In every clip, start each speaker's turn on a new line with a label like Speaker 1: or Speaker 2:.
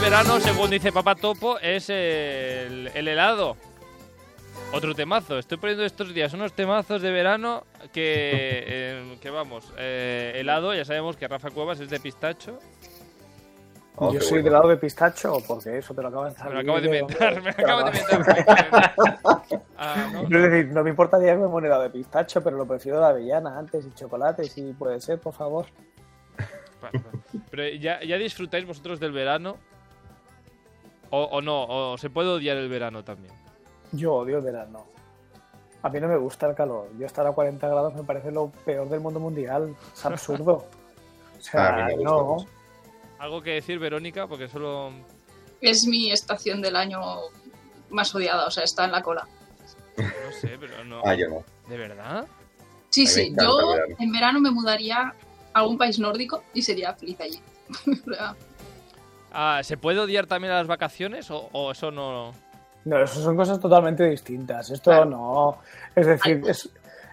Speaker 1: verano, según dice Papá Topo, es el, el helado. Otro temazo. Estoy poniendo estos días unos temazos de verano que, eh, que vamos. eh, helado, ya sabemos que Rafa Cuevas es de pistacho.
Speaker 2: Oh,
Speaker 3: Yo
Speaker 2: qué
Speaker 3: soy
Speaker 2: bueno.
Speaker 3: de lado de pistacho, porque eso te lo acabas de
Speaker 1: Me
Speaker 3: salir.
Speaker 1: lo acabo de inventar, me lo acabo de
Speaker 3: trabajo.
Speaker 1: inventar. Ah, ¿no?
Speaker 3: Es decir, no me importaría que me moneda de pistacho, pero lo prefiero de avellana antes y chocolate, si puede ser, por favor.
Speaker 1: Pa- pa- Pero ya, ya disfrutáis vosotros del verano. O, o no, o se puede odiar el verano también.
Speaker 3: Yo odio el verano. A mí no me gusta el calor. Yo estar a 40 grados me parece lo peor del mundo mundial. Es absurdo. O sea,
Speaker 2: A mí me gusta
Speaker 3: no.
Speaker 2: mucho.
Speaker 1: ¿Algo que decir, Verónica? Porque solo.
Speaker 4: Es mi estación del año más odiada, o sea, está en la cola.
Speaker 1: No sé, pero no.
Speaker 2: Ah, yo no.
Speaker 1: ¿De verdad?
Speaker 4: Sí,
Speaker 2: A mí me
Speaker 4: sí,
Speaker 2: encanta
Speaker 4: yo
Speaker 2: el verano.
Speaker 4: en verano me mudaría a algún país nórdico y sería feliz allí. Pero,
Speaker 1: Ah, ¿Se puede odiar también a las vacaciones o, o eso no.?
Speaker 3: No, eso son cosas totalmente distintas. Esto
Speaker 4: Claro.
Speaker 3: no. Es decir, es,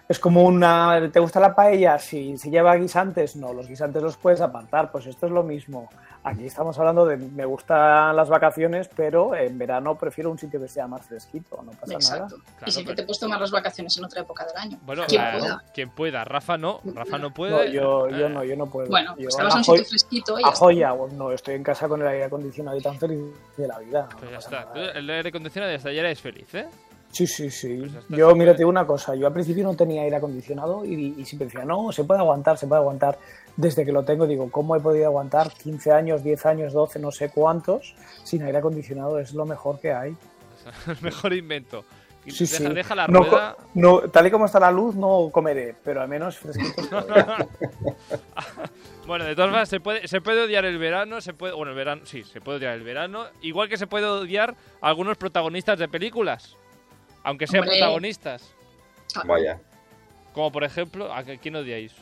Speaker 3: es como una. ¿Te gusta la paella? Si, si lleva guisantes, no. Los guisantes los puedes apartar. Pues esto es lo mismo. Aquí estamos hablando de me gustan las vacaciones, pero en verano prefiero un sitio que sea más fresquito. No pasa
Speaker 4: exacto.
Speaker 3: nada.
Speaker 1: Claro,
Speaker 4: y siempre
Speaker 1: pero-
Speaker 4: te puedes tomar las vacaciones en otra época del año.
Speaker 1: Bueno,
Speaker 4: Quien
Speaker 1: ah,
Speaker 4: pueda.
Speaker 1: quien pueda. Rafa no. Rafa no puede.
Speaker 3: No, yo, yo
Speaker 1: Eh,
Speaker 3: no, yo no puedo.
Speaker 4: Bueno,
Speaker 3: yo,
Speaker 4: pues te vas a un
Speaker 3: Ajoy-
Speaker 4: sitio fresquito y ya
Speaker 3: a
Speaker 4: está.
Speaker 3: joya, o no, estoy en casa con el aire acondicionado y tan feliz de la vida. no
Speaker 1: Pues ya
Speaker 3: pasa
Speaker 1: está. Tú,
Speaker 3: nada.
Speaker 1: el aire acondicionado de hasta ayer eres feliz, ¿eh?
Speaker 3: Sí, sí, sí.
Speaker 1: Pues ya está,
Speaker 3: yo,
Speaker 1: sí,
Speaker 3: mira,
Speaker 1: claro.
Speaker 3: te digo una cosa. Yo al principio no tenía aire acondicionado y, y siempre decía, no, se puede aguantar, se puede aguantar. Desde que lo tengo, digo, ¿cómo he podido aguantar 15 años, 10 años, 12, no sé cuántos sin aire acondicionado? Es lo mejor que hay.
Speaker 1: El mejor invento.
Speaker 3: Sí,
Speaker 1: deja,
Speaker 3: sí.
Speaker 1: deja la
Speaker 3: no,
Speaker 1: rueda.
Speaker 3: co- no, tal y como está la luz, no comeré, pero al menos fresquito. estoy.
Speaker 1: Bueno, de todas maneras, se puede, se puede odiar el verano, se puede. Bueno, el verano, sí, se puede odiar el verano. Igual que se puede odiar a algunos protagonistas de películas. Aunque sean
Speaker 4: Hombre.
Speaker 1: protagonistas.
Speaker 2: Vaya.
Speaker 1: Como por ejemplo, ¿a qué- quién odiáis?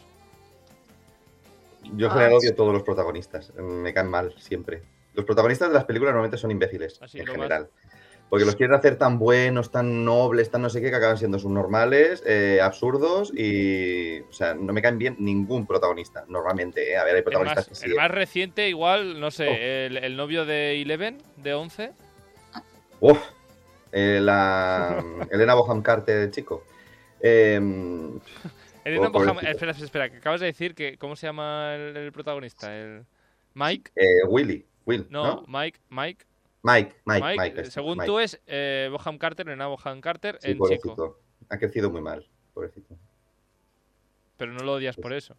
Speaker 2: Yo en
Speaker 3: Ah,
Speaker 2: general odio a todos los protagonistas. Me caen mal siempre. Los protagonistas de las películas normalmente son imbéciles,
Speaker 1: Así,
Speaker 2: en
Speaker 1: lo
Speaker 2: general. Porque los quieren hacer tan buenos, tan nobles, tan no sé qué, que acaban siendo subnormales, eh, absurdos y. O sea, no me caen bien ningún protagonista, normalmente. ¿eh? A ver, hay
Speaker 1: El
Speaker 2: protagonistas
Speaker 1: más,
Speaker 2: que
Speaker 1: el
Speaker 2: sí.
Speaker 1: más reciente, igual, no sé,
Speaker 2: Oh.
Speaker 1: el, el novio de Eleven, de 11.
Speaker 2: ¡Uf! Eh, la, Elena Boham Carter, chico. Eh,
Speaker 1: Elena
Speaker 2: Oh,
Speaker 1: Bonham-
Speaker 2: pobrecito.
Speaker 1: espera, espera, espera, que acabas de decir que. ¿Cómo se llama el, el protagonista? El, ¿Mike?
Speaker 2: eh, Willy. Will,
Speaker 1: No,
Speaker 2: no,
Speaker 1: Mike, Mike,
Speaker 2: Mike, Mike,
Speaker 1: Mike.
Speaker 2: Mike. este,
Speaker 1: según
Speaker 2: Mike.
Speaker 1: tú es eh, Boham Carter, Elena Boham Carter,
Speaker 2: Sí,
Speaker 1: en
Speaker 2: pobrecito.
Speaker 1: chico.
Speaker 2: Ha crecido muy mal, pobrecito.
Speaker 1: Pero no lo odias por eso.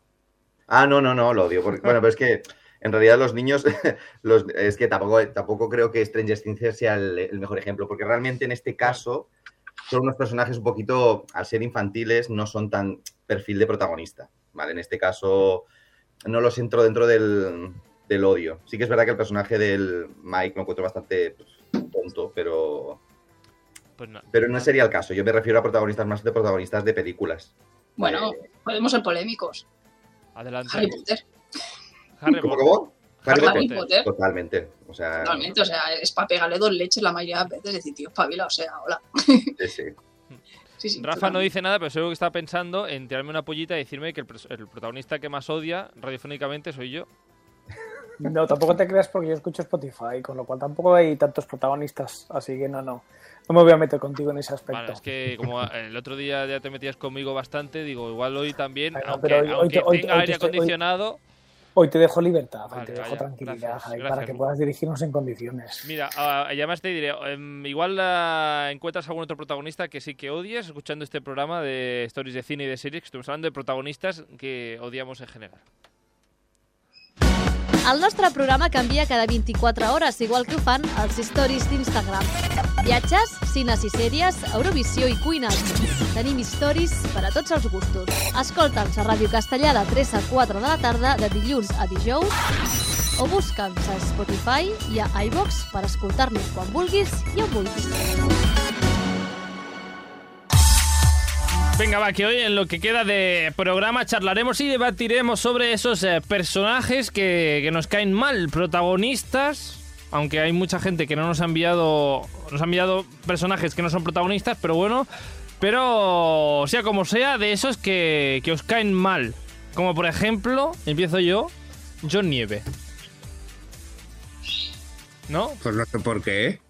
Speaker 2: Ah, no, no, no, lo odio. porque- bueno, pero es que en realidad los niños, los, es que tampoco, tampoco creo que Stranger Things sea el, el mejor ejemplo, porque realmente en este caso son unos personajes un poquito, al ser infantiles, no son tan perfil de protagonista, ¿vale? En este caso no los entro dentro del, del odio. Sí que es verdad que el personaje del Mike lo encuentro bastante pues, tonto, pero,
Speaker 1: Pues no.
Speaker 2: pero no sería el caso. Yo me refiero a protagonistas más de protagonistas de películas.
Speaker 4: Bueno, podemos ser polémicos.
Speaker 1: Adelante.
Speaker 4: Harry Potter,
Speaker 1: Harry
Speaker 2: ¿Cómo,
Speaker 1: Potter.
Speaker 2: cómo? Harry
Speaker 1: Harry
Speaker 2: Potter.
Speaker 4: Harry
Speaker 1: Potter.
Speaker 4: Potter,
Speaker 2: Totalmente. O sea,
Speaker 4: totalmente. O sea, es para pegarle dos leches la mayoría de las veces. Es decir, tío, espabila, o sea, hola.
Speaker 2: sí, sí.
Speaker 4: Sí, sí,
Speaker 1: Rafa no
Speaker 4: totalmente.
Speaker 1: dice nada, pero seguro que está pensando en tirarme una pollita y decirme que el, pres- el protagonista que más odia radiofónicamente soy yo.
Speaker 3: No, tampoco te creas porque yo escucho Spotify, con lo cual tampoco hay tantos protagonistas, así que no, no. No me voy a meter contigo en ese aspecto.
Speaker 1: Vale, es que como el otro día ya te metías conmigo bastante, digo, igual hoy también,
Speaker 3: Ay, no,
Speaker 1: aunque,
Speaker 3: pero hoy- hoy
Speaker 1: aunque
Speaker 3: te- hoy-
Speaker 1: tenga
Speaker 3: hoy te
Speaker 1: aire
Speaker 3: estoy- hoy-
Speaker 1: acondicionado,
Speaker 3: Hoy te dejo libertad, hoy
Speaker 1: Vale,
Speaker 3: te dejo
Speaker 1: vaya,
Speaker 3: tranquilidad,
Speaker 1: gracias,
Speaker 3: Javi, para
Speaker 1: gracias.
Speaker 3: que puedas dirigirnos en condiciones.
Speaker 1: mira, ah, además te diré, em, igual ah, encuentras algún otro protagonista que sí que odies escuchando este programa de stories de cine y de series, que estamos hablando de protagonistas que odiamos en general.
Speaker 5: El nostre programa canvia cada 24 hores, igual que ho fan els stories d'Instagram. Viatges, cines i sèries, Eurovisió i cuina. Tenim stories per a tots els gustos. Escolta'ns a Ràdio Castellà de 3 a 4 de la tarda, de dilluns a dijous, o busca'ns a Spotify i a iVox per escoltar-nos quan vulguis i on vulguis.
Speaker 1: Venga, va, que hoy en lo que queda de programa charlaremos y debatiremos sobre esos eh, personajes que, que nos caen mal, protagonistas, aunque hay mucha gente que no nos ha enviado, nos ha enviado personajes que no son protagonistas, pero bueno, pero sea como sea, de esos que, que os caen mal, como por ejemplo, empiezo yo, John Nieve. ¿No?
Speaker 6: Pues no sé por qué.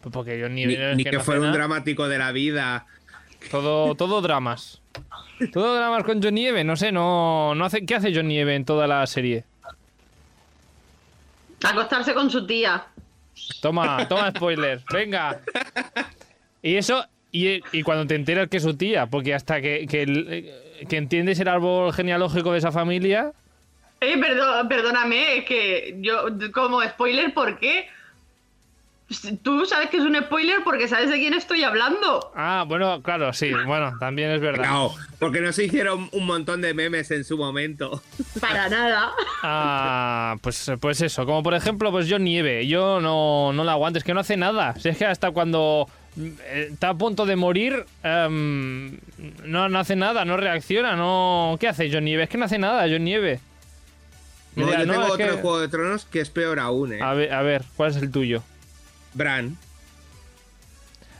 Speaker 1: Pues Porque yo ni...
Speaker 6: Ni,
Speaker 1: es
Speaker 6: ni
Speaker 1: que
Speaker 6: que
Speaker 1: no hace
Speaker 6: fuera un
Speaker 1: nada.
Speaker 6: dramático de la vida.
Speaker 1: Todo, todo dramas. Todo dramas con John Nieve, no sé, no, no hace, ¿qué hace John Nieve en toda la serie?
Speaker 7: Acostarse con su tía.
Speaker 1: Toma, toma spoiler, venga. Y eso, y, y cuando te enteras que es su tía, porque hasta que, que, el- que entiendes el árbol genealógico de esa familia,
Speaker 7: Eh, perdo- perdóname, es que yo, como spoiler, ¿por qué? Pues, Tú sabes que es un spoiler porque sabes de quién estoy hablando.
Speaker 1: ah, bueno, claro, sí, bueno, también es verdad.
Speaker 6: No, porque no se hicieron un montón de memes en su momento.
Speaker 7: Para nada.
Speaker 1: Ah, pues, pues eso, como por ejemplo, pues yo nieve, yo no, no la aguanto, es que no hace nada. Si es que hasta cuando mm, eh, está a punto de morir, em, no, no hace nada, no reacciona, no... ¿Qué hace John Nieve? Es que no hace nada, John Nieve.
Speaker 6: No,
Speaker 1: Mira,
Speaker 6: yo
Speaker 1: no,
Speaker 6: tengo
Speaker 1: es
Speaker 6: otro
Speaker 1: que-
Speaker 6: Juego de Tronos que es peor aún, ¿eh?
Speaker 1: A ver, a ver, ¿cuál es el tuyo?
Speaker 6: Bran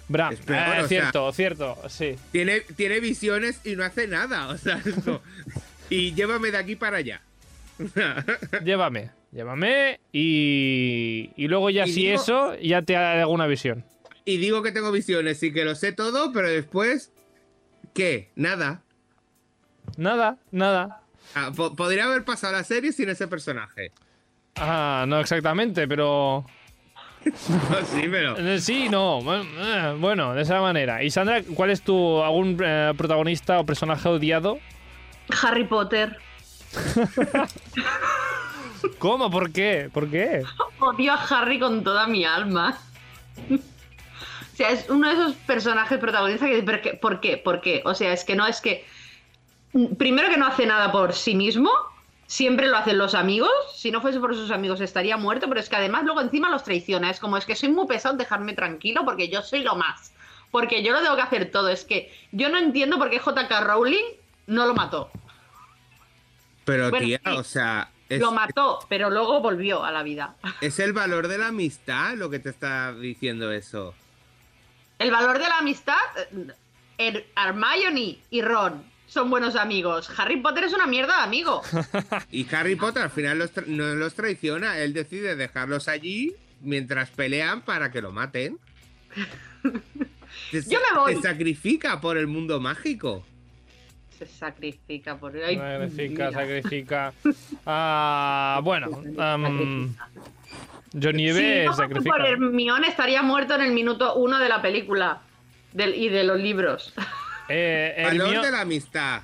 Speaker 1: Bra,
Speaker 6: Es peor,
Speaker 1: ah,
Speaker 6: o sea-
Speaker 1: cierto, cierto, sí.
Speaker 6: tiene, tiene visiones y no hace nada. O sea, es como- y llévame de aquí para allá.
Speaker 1: Llévame, llévame y, y luego ya
Speaker 6: Y
Speaker 1: si
Speaker 6: digo-
Speaker 1: eso, ya te hago una visión.
Speaker 6: Y digo que tengo visiones y que lo sé todo, pero después. ¿Qué? Nada.
Speaker 1: Nada, nada.
Speaker 6: Ah, po- podría haber pasado la serie sin ese personaje.
Speaker 1: Ah, no exactamente, pero...
Speaker 6: sí, pero.
Speaker 1: Eh, Sí, no. eh, Bueno, de esa manera. Y Sandra, ¿cuál es tu algún eh, protagonista o personaje odiado?
Speaker 7: Harry Potter.
Speaker 1: ¿Cómo? ¿Por qué? ¿Por qué?
Speaker 7: Odio a Harry con toda mi alma. O sea, es uno de esos personajes protagonistas que dices, "¿Pero qué? ¿por qué? ¿Por qué? O sea, es que no, es que. Primero que no hace nada por sí mismo, siempre lo hacen los amigos. Si no fuese por sus amigos estaría muerto, pero es que además luego encima los traiciona. Es como, es que soy muy pesado, dejarme tranquilo porque yo soy lo más. Porque yo lo tengo que hacer todo. Es que yo no entiendo por qué J.K. Rowling no lo mató.
Speaker 6: Pero,
Speaker 7: Bueno,
Speaker 6: tía,
Speaker 7: sí.
Speaker 6: o sea. Es,
Speaker 7: Lo mató, pero luego volvió a la vida.
Speaker 6: es el valor de la amistad lo que te está diciendo eso.
Speaker 7: El valor de la amistad. eh, el- Hermione y Ron son buenos amigos. Harry Potter es una mierda de amigo.
Speaker 6: Y Harry Potter al final los tra- no los traiciona. Él decide dejarlos allí mientras pelean para que lo maten. Se-
Speaker 7: Yo me voy.
Speaker 6: Se sacrifica por el mundo mágico.
Speaker 7: Se sacrifica por. ay,
Speaker 1: Sacrifica,
Speaker 7: mira.
Speaker 1: sacrifica. Ah, bueno. am, John
Speaker 7: Si
Speaker 1: Nieve
Speaker 7: no fuese
Speaker 1: sacrifica.
Speaker 7: por Hermione estaría muerto en el minuto uno de la película del- y de los libros.
Speaker 1: Eh,
Speaker 6: Valor
Speaker 1: Hermio-
Speaker 6: de la amistad.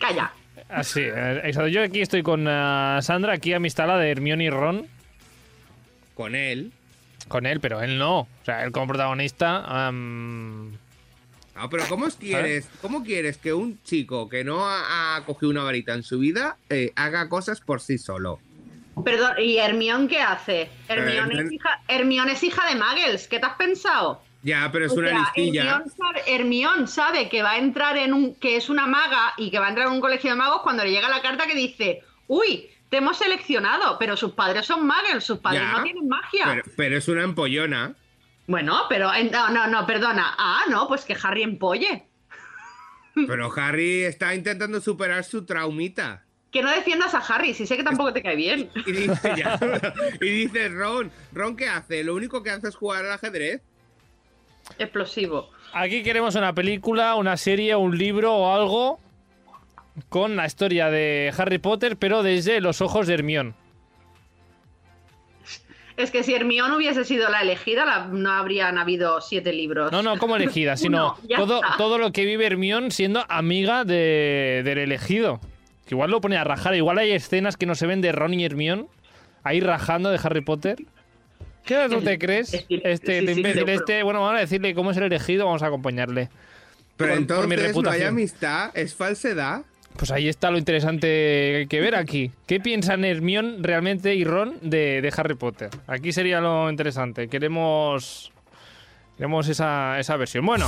Speaker 7: Calla.
Speaker 1: Ah, sí, eh, exacto. Yo aquí estoy con ah, Sandra, aquí amistad la de Hermione y Ron.
Speaker 6: Con él.
Speaker 1: Con él, pero él no. O sea, él como protagonista. am,
Speaker 6: Ah, pero ¿cómo quieres, ¿cómo quieres que un chico que no ha, ha cogido una varita en su vida eh, haga cosas por sí solo?
Speaker 7: Perdón, ¿y Hermione qué hace? Hermione, es
Speaker 6: Hermione-
Speaker 7: hija, Hermione es hija de Muggles. ¿Qué te has pensado?
Speaker 6: Ya, pero es
Speaker 7: O
Speaker 6: una
Speaker 7: sea,
Speaker 6: listilla.
Speaker 7: Hermión sabe, Hermión sabe que va a entrar en un. que es una maga y que va a entrar en un colegio de magos cuando le llega la carta que dice: Uy, te hemos seleccionado, pero sus padres son magos, sus padres
Speaker 6: Ya,
Speaker 7: no tienen magia.
Speaker 6: Pero, pero es una empollona.
Speaker 7: Bueno, pero. en- no, no, no, perdona. Ah, no, pues que Harry empolle.
Speaker 6: Pero Harry está intentando superar su traumita.
Speaker 7: Que no defiendas a Harry, si sé que tampoco te cae bien.
Speaker 6: Y dice, ya. y dice Ron, Ron, ¿qué hace? Lo único que hace es jugar al ajedrez.
Speaker 7: Explosivo.
Speaker 1: Aquí queremos una película, una serie, un libro o algo con la historia de Harry Potter, pero desde los ojos de Hermión.
Speaker 7: Es que si Hermión hubiese sido la elegida, la- no habrían habido siete libros.
Speaker 1: No, no como elegida, sino
Speaker 7: Uno, ya
Speaker 1: todo,
Speaker 7: está.
Speaker 1: todo lo que vive Hermión siendo amiga de, del elegido. Que igual lo pone a rajar, igual hay escenas que no se ven de Ron y Hermión ahí rajando de Harry Potter. ¿Qué tú te crees?
Speaker 7: Sí,
Speaker 1: Este, el
Speaker 7: sí,
Speaker 1: imbécil
Speaker 7: seguro.
Speaker 1: este, bueno, vamos a decirle cómo es el elegido, vamos a acompañarle.
Speaker 6: Pero
Speaker 1: Por- por mi
Speaker 6: entonces no hay
Speaker 1: reputación.
Speaker 6: amistad, es falsedad.
Speaker 1: Pues ahí está lo interesante que hay que ver aquí. ¿Qué piensan Hermión realmente y Ron de, de Harry Potter? Aquí sería lo interesante. Queremos. Queremos esa, esa versión. Bueno.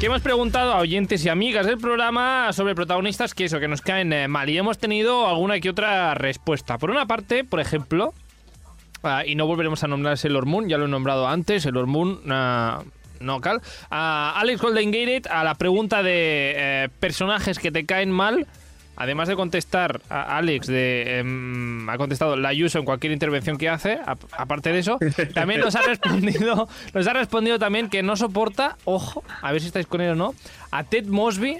Speaker 1: Que hemos preguntado a oyentes y amigas del programa sobre protagonistas que eso, que nos caen eh, mal. Y hemos tenido alguna que otra respuesta. Por una parte, por ejemplo, Ah, y no volveremos a nombrar el Moon, ya lo he nombrado antes, el Moon ah, no cal. Ah, A Alex Golden Gated, a la pregunta de eh, personajes que te caen mal, además de contestar a Alex, de, em, ha contestado la Yuso en cualquier intervención que hace, a- aparte de eso, también nos ha respondido, nos ha respondido también que no soporta, ojo, a ver si estáis con él o no, a Ted Mosby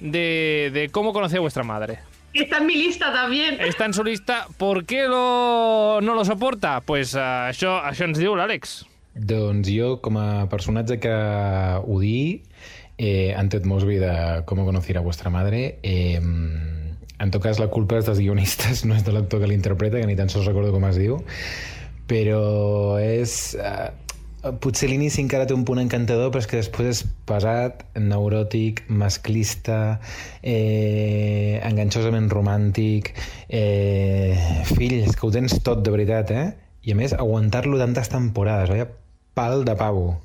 Speaker 1: de, de cómo conocí a vuestra madre.
Speaker 7: Está en mi lista también.
Speaker 1: Está en su lista, ¿por qué lo, no lo soporta? Pues ah, això, això ens diu l'Àlex.
Speaker 8: Doncs jo, com a personatge que odi, eh, en Ted Mosby de Cómo conocer a vuestra madre, eh, en tot cas la culpa és dels guionistes, no és de l'actor que l'interpreta, que ni tan sols recordo com es diu, però és... Eh, potser l'inici encara té un punt encantador, però és que després és pesat, neuròtic, masclista, eh, enganxosament romàntic, eh, fill, és que ho tens tot de veritat, eh? I a més, aguantar-lo tantes temporades, vaya pal de pavo.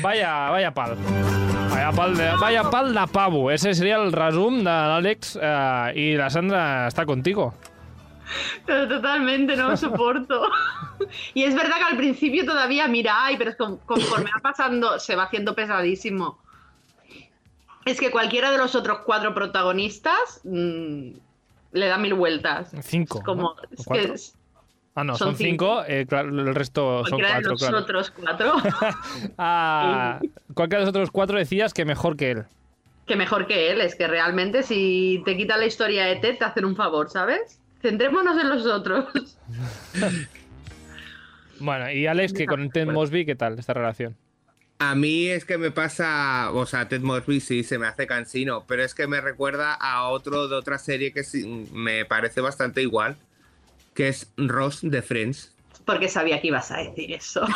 Speaker 1: Vaya, vaya pal. Vaya pal de, vaya pal de pavo. Ese sería el resumen de Alex eh, y la Sandra está contigo.
Speaker 7: Pero totalmente no lo soporto. Y es verdad que al principio todavía, mira, ay, pero es con- conforme va pasando, se va haciendo pesadísimo. Es que cualquiera de los otros cuatro protagonistas mm, le da mil vueltas.
Speaker 1: Cinco.
Speaker 7: Es como,
Speaker 1: ¿no?
Speaker 7: es
Speaker 1: ¿Cuatro?
Speaker 7: que es-
Speaker 1: Ah, no, son,
Speaker 7: son
Speaker 1: cinco. eh, claro, el resto son
Speaker 7: cualquiera de
Speaker 1: cuatro,
Speaker 7: los
Speaker 1: claro.
Speaker 7: otros cuatro,
Speaker 1: Ah, cualquiera de los otros cuatro decías que mejor que él.
Speaker 7: que mejor que él, es que realmente si te quita la historia de Ted, te hacen un favor, ¿sabes? Centrémonos en los otros.
Speaker 1: Bueno, y Alex, que con Ted Mosby, ¿qué tal esta relación?
Speaker 6: A mí es que me pasa, o sea, Ted Mosby sí se me hace cansino, pero es que me recuerda a otro de otra serie que sí, me parece bastante igual, que es Ross de Friends.
Speaker 7: Porque sabía que ibas a decir eso.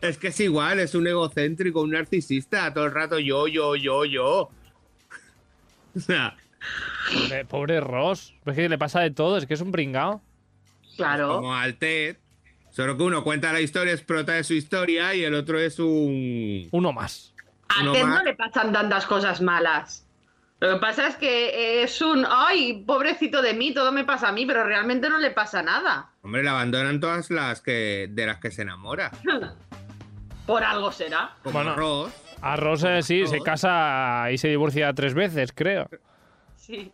Speaker 6: Es que es igual, es un egocéntrico, un narcisista, todo el rato yo, yo, yo, yo. O sea,
Speaker 1: Eh, pobre Ross. Pues Es que le pasa de todo, es que es un pringao.
Speaker 7: Claro.
Speaker 6: Pues como al Ted, solo que uno cuenta la historia, es prota de su historia y el otro es un...
Speaker 1: Uno más.
Speaker 7: A
Speaker 6: Uno
Speaker 7: Ted
Speaker 6: más.
Speaker 7: no le pasan tantas cosas malas. Lo que pasa es que es un, ay, pobrecito de mí, todo me pasa a mí, pero realmente no le pasa nada.
Speaker 6: Hombre, le abandonan todas las que de las que se enamora.
Speaker 7: Por algo será.
Speaker 6: Como
Speaker 1: Bueno.
Speaker 6: Ross.
Speaker 1: A Ross eh, sí, se casa y se divorcia tres veces, creo.
Speaker 7: Sí.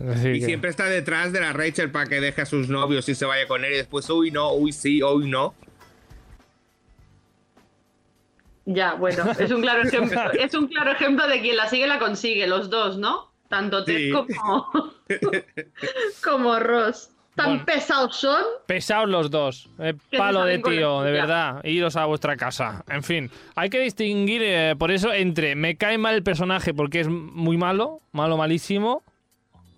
Speaker 1: Es decir
Speaker 6: Y
Speaker 1: que-
Speaker 6: siempre está detrás de la Rachel para que deje a sus novios y se vaya con él y después, uy, no, uy, sí, uy, no.
Speaker 7: Ya, bueno, es un claro ejemplo, es un claro ejemplo de quien la sigue la consigue, los dos, ¿no? Tanto Ted
Speaker 6: Sí.
Speaker 7: como, como Ross. Tan
Speaker 1: Bueno.
Speaker 7: pesados son.
Speaker 1: Pesados los dos. Eh,
Speaker 7: Que se
Speaker 1: palo de
Speaker 7: salen con la
Speaker 1: tío, de
Speaker 7: suya.
Speaker 1: verdad. Iros a vuestra casa. En fin, hay que distinguir eh, por eso entre me cae mal el personaje porque es muy malo, malo, malísimo.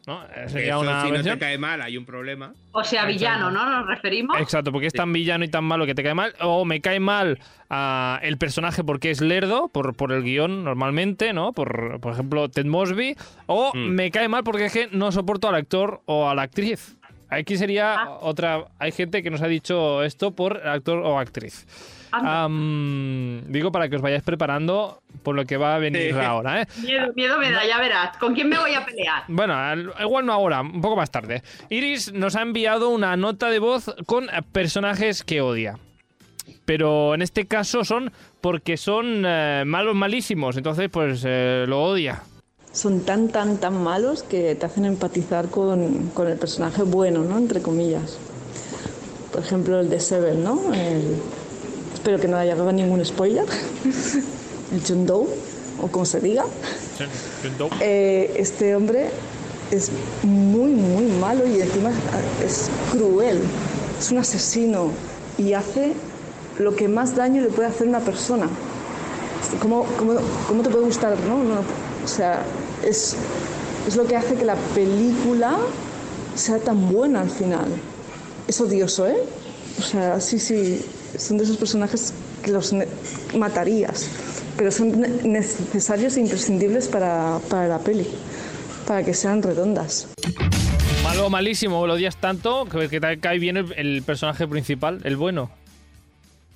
Speaker 1: ¿no? Eh, Sería
Speaker 6: Eso,
Speaker 1: una
Speaker 6: si no
Speaker 1: versión.
Speaker 6: te cae mal, hay un problema.
Speaker 7: O sea, villano, ¿no? Nos referimos.
Speaker 1: Exacto, porque es tan villano y tan malo que te cae mal. O me cae mal ah, el personaje porque es lerdo, por, por el guión normalmente, ¿no? Por, por ejemplo, Ted Mosby. O
Speaker 6: Mm.
Speaker 1: me cae mal porque es que no soporto al actor o a la actriz. Aquí sería
Speaker 7: Ah.
Speaker 1: otra. Hay gente que nos ha dicho esto por actor o actriz.
Speaker 7: Anda.
Speaker 1: Am, digo para que os vayáis preparando por lo que va a venir
Speaker 6: Sí.
Speaker 1: ahora, ¿eh?
Speaker 7: Miedo, miedo me da, ya verás. ¿Con quién me voy a pelear?
Speaker 1: Bueno, al- igual no ahora, un poco más tarde. Iris nos ha enviado una nota de voz con personajes que odia. Pero en este caso son porque son eh, malos malísimos, entonces pues eh, lo odia.
Speaker 9: son tan, tan, tan malos que te hacen empatizar con, con el personaje bueno, ¿no? Entre comillas. Por ejemplo, el de Seven, ¿no? El- Espero que no haya dado ningún spoiler. El Chundou, o como se diga. Eh, este hombre es muy, muy malo y encima es cruel. Es un asesino y hace lo que más daño le puede hacer una persona. ¿Cómo, cómo, cómo te puede gustar? ¿no? No, o sea, es, es lo que hace que la película sea tan buena al final. Es odioso, ¿eh? O sea, sí, sí, son de esos personajes que los ne- matarías, pero son ne- necesarios e imprescindibles para, para la peli, para que sean redondas.
Speaker 1: Malo malísimo, lo odias tanto que, que te cae bien el, el personaje principal, el bueno.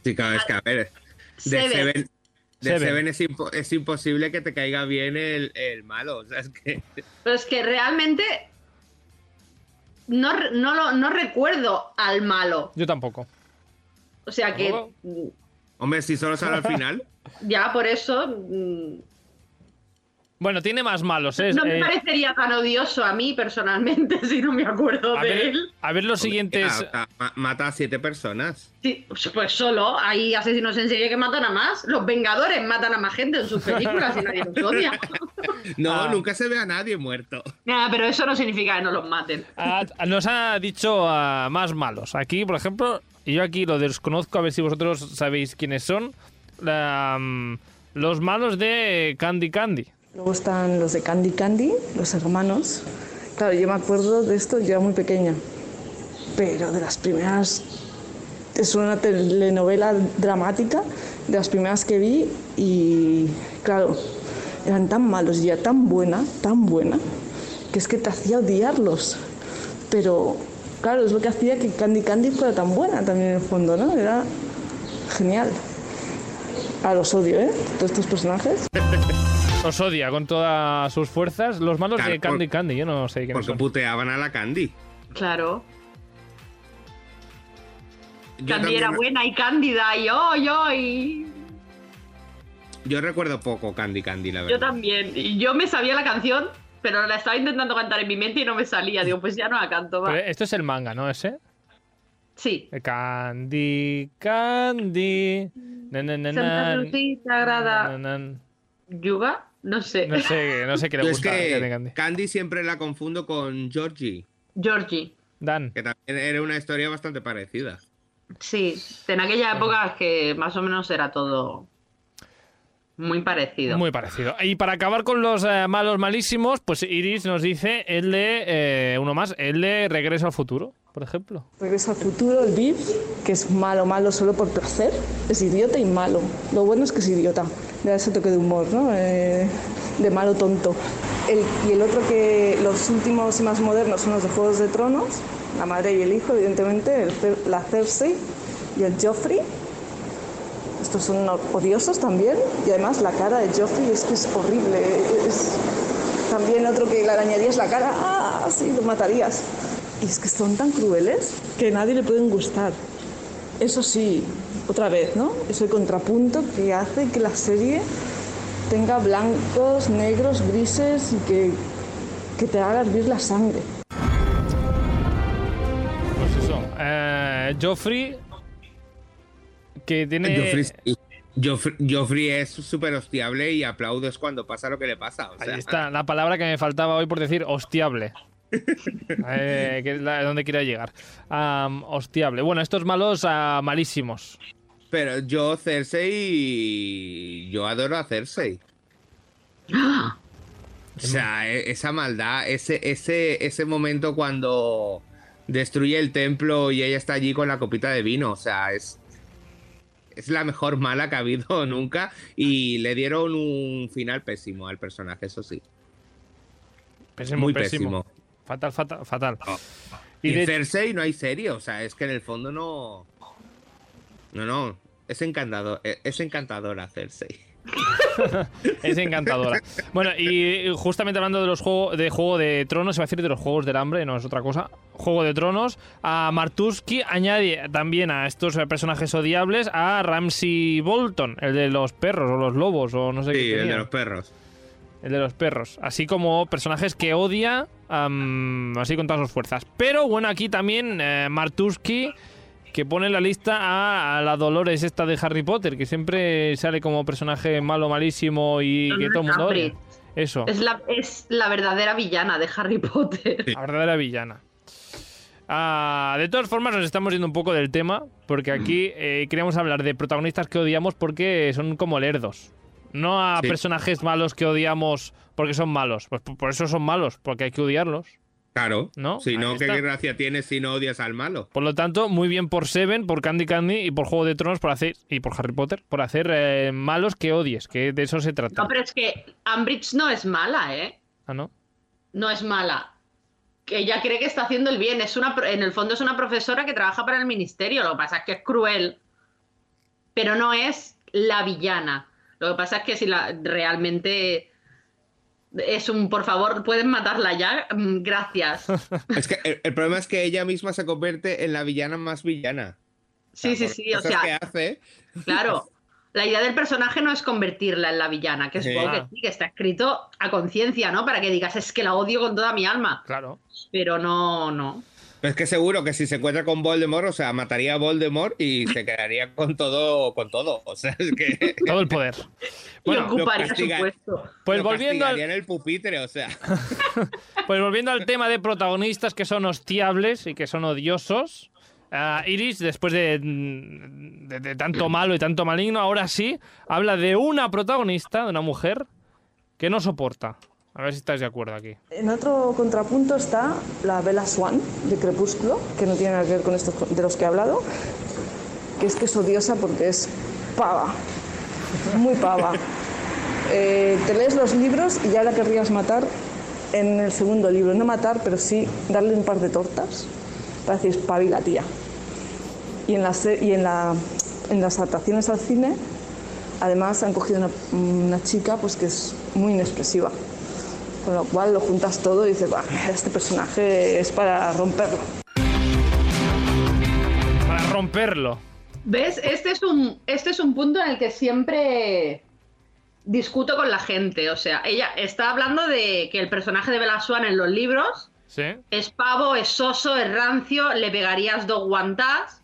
Speaker 6: Sí, claro, es que a ver. De Seven,
Speaker 7: Seven.
Speaker 6: de
Speaker 1: Seven.
Speaker 6: Seven es, impo- es imposible que te caiga bien el, el malo. O sea, es que.
Speaker 7: Pero es que realmente no, re- no, lo- no recuerdo al malo.
Speaker 1: Yo tampoco.
Speaker 7: O sea que
Speaker 1: ¿Tampoco?
Speaker 7: mm,
Speaker 6: Hombre, si solo sale al final.
Speaker 7: ya por eso mm,
Speaker 1: Bueno, tiene más malos, ¿eh?
Speaker 7: No me
Speaker 1: Eh,
Speaker 7: parecería tan odioso a mí personalmente si no me acuerdo
Speaker 1: a,
Speaker 7: de
Speaker 1: ver,
Speaker 7: él.
Speaker 1: a ver los
Speaker 6: Ah,
Speaker 1: siguientes.
Speaker 6: o sea, ma- mata a siete personas.
Speaker 7: Sí, pues solo hay asesinos en serie que matan a más. Los Vengadores matan a más gente en sus películas y nadie los odia.
Speaker 6: No,
Speaker 1: Ah.
Speaker 6: nunca se ve a nadie muerto.
Speaker 7: Nada, pero eso no significa que no los maten.
Speaker 1: Ah, nos ha dicho ah, más malos. Aquí, por ejemplo, y yo aquí lo desconozco, a ver si vosotros sabéis quiénes son. La, mm, los malos de Candy Candy.
Speaker 9: Luego están los de Candy Candy, los hermanos. Claro, yo me acuerdo de esto, yo era muy pequeña, pero de las primeras, es una telenovela dramática, de las primeras que vi y claro, eran tan malos y era tan buena, tan buena, que es que te hacía odiarlos. Pero claro, es lo que hacía que Candy Candy fuera tan buena también en el fondo, ¿no? Era genial. A los odio, ¿eh? Todos estos personajes.
Speaker 1: Os odia con todas sus fuerzas. Los malos
Speaker 6: Claro,
Speaker 1: de Candy
Speaker 6: por-
Speaker 1: Candy, yo no sé quiénes
Speaker 6: Porque
Speaker 1: son.
Speaker 6: puteaban a la Candy.
Speaker 7: Claro.
Speaker 6: Yo
Speaker 7: Candy
Speaker 6: también
Speaker 7: era
Speaker 6: re-
Speaker 7: buena y cándida y yo, yo y...
Speaker 6: Yo recuerdo poco Candy Candy, la verdad.
Speaker 7: Yo también. Y Yo me sabía la canción, pero la estaba intentando cantar en mi mente y no me salía. Digo, pues ya no la canto, va.
Speaker 1: Pero esto es el manga, ¿no? Ese.
Speaker 7: Sí.
Speaker 1: Candy Candy. Na, na, na,
Speaker 7: Santa
Speaker 1: na,
Speaker 7: Lucía
Speaker 1: na,
Speaker 7: Sagrada
Speaker 1: na, na.
Speaker 7: Yuga, no sé.
Speaker 1: No sé, no sé qué
Speaker 6: Yo
Speaker 1: le
Speaker 6: es
Speaker 1: gusta a Candy
Speaker 6: que
Speaker 1: Candy.
Speaker 6: Candy siempre la confundo con Georgie,
Speaker 7: Georgie.
Speaker 1: Dan.
Speaker 6: que también era una historia bastante parecida.
Speaker 7: Sí, en aquella época que más o menos era todo muy parecido.
Speaker 1: Muy parecido. Y para acabar con los eh, malos malísimos, pues Iris nos dice el de, eh, uno más, el de Regreso al Futuro, por ejemplo.
Speaker 9: Regreso al futuro, el VIP, que es malo, malo solo por placer, es idiota y malo. Lo bueno es que es idiota, le da ese toque de humor, ¿no? Eh, de malo tonto. El- y el otro que los últimos y más modernos son los de Juegos de Tronos, la madre y el hijo, evidentemente, el Cer- la Cersei y el Joffrey. Estos son unos odiosos también, y además la cara de Joffrey es que es horrible. es- también otro que le arañarías la cara, ah, sí, lo matarías. Y es que son tan crueles que a nadie le pueden gustar. Eso sí, otra vez, ¿no? Es el contrapunto que hace que la serie tenga blancos, negros, grises y que, que te haga hervir la sangre.
Speaker 1: Pues eso. Eh, Joffrey, que tiene...
Speaker 6: Eh, Joffrey, sí. Joffrey- Joffrey es súper hostiable y aplaudes cuando pasa lo que le pasa. o sea.
Speaker 1: Ahí está, la palabra que me faltaba hoy por decir hostiable. Eh, que es la- donde quería llegar. Am, hostiable. Bueno, estos malos ah, malísimos.
Speaker 6: Pero yo, Cersei, yo adoro a Cersei. O sea, e- esa maldad, ese, ese, ese momento cuando destruye el templo y ella está allí con la copita de vino, o sea, es, es la mejor mala que ha habido nunca y le dieron un final pésimo al personaje, eso sí.
Speaker 1: Pésimo,
Speaker 6: Muy
Speaker 1: pésimo.
Speaker 6: pésimo. Ah.
Speaker 1: Fatal, fatal, fatal.
Speaker 6: Y,
Speaker 1: de-
Speaker 6: Cersei no hay serie, o sea, es que en el fondo no... No, no, es, encantador, es- es encantadora Cersei.
Speaker 1: Es encantadora. Bueno, y eh, justamente hablando de los juegos de Juego de Tronos, se va a decir de los Juegos del Hambre, no es otra cosa. Juego de Tronos, a Martuski añade también a estos eh, personajes odiables a Ramsey Bolton, el de los perros o los lobos o no sé
Speaker 6: Sí,
Speaker 1: qué.
Speaker 6: el de
Speaker 1: tenía.
Speaker 6: los perros.
Speaker 1: El de los perros. Así como personajes que odia am, así con todas sus fuerzas. Pero bueno, aquí también eh, Martuski que pone en la lista a, a la Dolores esta de Harry Potter, que siempre sale como personaje malo, malísimo y que
Speaker 7: Dolores
Speaker 1: todo el mundo odia.
Speaker 7: Umbridge.
Speaker 1: Eso,
Speaker 7: Es la, es la verdadera villana de Harry Potter.
Speaker 1: la verdadera villana. Ah, de todas formas, nos estamos yendo un poco del tema, porque aquí eh, queríamos hablar de protagonistas que odiamos porque son como lerdos. No a
Speaker 6: Sí.
Speaker 1: personajes malos que odiamos porque son malos. Pues por por eso son malos, porque hay que odiarlos.
Speaker 6: Claro.
Speaker 1: ¿No?
Speaker 6: Si no,
Speaker 1: Ahí
Speaker 6: ¿qué
Speaker 1: está.
Speaker 6: gracia tienes si no odias al malo?
Speaker 1: Por lo tanto, muy bien por Seven, por Candy Candy y por Juego de Tronos por hacer y por Harry Potter por hacer eh, malos que odies, que de eso se trata.
Speaker 7: No, pero es que Ambridge no es mala, ¿eh?
Speaker 1: Ah, ¿no?
Speaker 7: No es mala. Que ella cree que está haciendo el bien. Es una, pro- en el fondo es una profesora que trabaja para el ministerio. Lo que pasa es que es cruel. Pero no es la villana. Lo que pasa es que si la realmente es un por favor, pueden matarla ya. Mm, Gracias.
Speaker 6: Es que el, el problema es que ella misma se convierte en la villana más villana. O sea,
Speaker 7: Sí, sí,
Speaker 6: por
Speaker 7: sí. O
Speaker 6: cosas
Speaker 7: sea,
Speaker 6: que hace,
Speaker 7: Claro. la idea del personaje no es convertirla en la villana, que
Speaker 6: Sí.
Speaker 7: supongo que
Speaker 1: Ah.
Speaker 7: sí, que está escrito a conciencia, ¿no? Para que digas, es que la odio con toda mi alma.
Speaker 1: Claro.
Speaker 7: Pero no, no.
Speaker 6: Es que seguro que si se encuentra con Voldemort, o sea, mataría a Voldemort y se quedaría con todo, con todo. O sea, es que
Speaker 1: Todo el poder.
Speaker 7: y
Speaker 1: Bueno,
Speaker 7: ocuparía su
Speaker 6: castigan.
Speaker 7: puesto.
Speaker 1: pues
Speaker 6: lo
Speaker 1: volviendo,
Speaker 6: castigaría
Speaker 1: al,
Speaker 6: en el pupitre, o sea.
Speaker 1: pues volviendo al tema de protagonistas que son hostiables y que son odiosos. ah, Iris, después de, de- de tanto malo y tanto maligno, ahora sí habla de una protagonista, de una mujer, que no soporta. A ver si estáis de acuerdo aquí.
Speaker 9: En otro contrapunto está la Bella Swan de Crepúsculo, que no tiene nada que ver con estos de los que he hablado, que es que es odiosa porque es pava, muy pava. Eh, te lees los libros y ya la querrías matar en el segundo libro. No matar, pero sí darle un par de tortas para decir, espabila, tía. Y en, la se- y en, la- en las adaptaciones al cine, además han cogido una, una chica pues, que es muy inexpresiva. Con lo cual lo juntas todo y dices, "Buah, este personaje es para romperlo.
Speaker 1: Para romperlo.
Speaker 7: ¿Ves? Este es, un, este es un punto en el que siempre discuto con la gente. O sea, ella está hablando de que el personaje de Bella Swan en los libros
Speaker 1: ¿Sí?
Speaker 7: es pavo, es soso, es rancio, le pegarías dos guantás.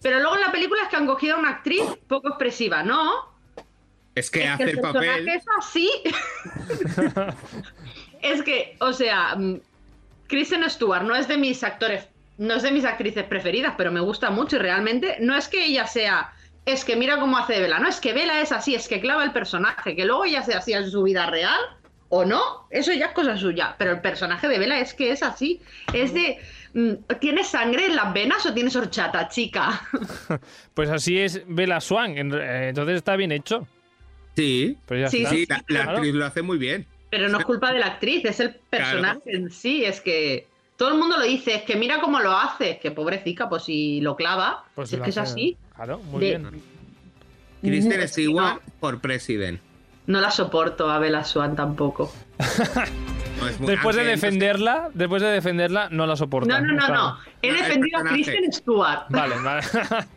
Speaker 7: Pero luego en la película es que han cogido a una actriz poco expresiva, ¿no?
Speaker 6: Es que
Speaker 7: es que
Speaker 6: hace
Speaker 7: el
Speaker 6: el
Speaker 7: personaje
Speaker 6: papel.
Speaker 7: es así. es que, o sea, mm, Kristen Stewart no es de mis actores, no es de mis actrices preferidas, pero me gusta mucho y realmente no es que ella sea. Es que mira cómo hace Vela, no es que Vela es así, es que clava el personaje, que luego ella sea así en su vida real o no, eso ya es cosa suya, pero el personaje de Vela es que es así, es de, mm, ¿tienes sangre en las venas o tienes horchata, chica?
Speaker 1: Pues así es Bella Swan. en- eh, Entonces está bien hecho.
Speaker 6: Sí,
Speaker 1: Pero ya
Speaker 7: Sí,
Speaker 1: está.
Speaker 6: sí, la, la
Speaker 1: Claro.
Speaker 6: actriz lo hace muy bien.
Speaker 7: Pero no es culpa de la actriz, es el personaje en sí, es que todo el mundo lo dice, es que mira cómo lo hace, es que pobrecita, pues si lo clava,
Speaker 1: Pues
Speaker 7: si es
Speaker 1: la
Speaker 7: que es
Speaker 1: hace-
Speaker 7: así,
Speaker 1: Claro, muy
Speaker 7: De-
Speaker 1: bien.
Speaker 6: Kristen
Speaker 7: No,
Speaker 6: Stewart por president.
Speaker 7: no la soporto a Bella Swan tampoco.
Speaker 6: No, es muy-
Speaker 1: Después de
Speaker 6: aunque-
Speaker 1: defenderla, después de defenderla, no la soporta.
Speaker 7: No, no, no,
Speaker 1: Está-
Speaker 7: no, he
Speaker 6: No, el
Speaker 7: defendido a
Speaker 6: personaje.
Speaker 7: Kristen Stewart.
Speaker 1: Vale, vale.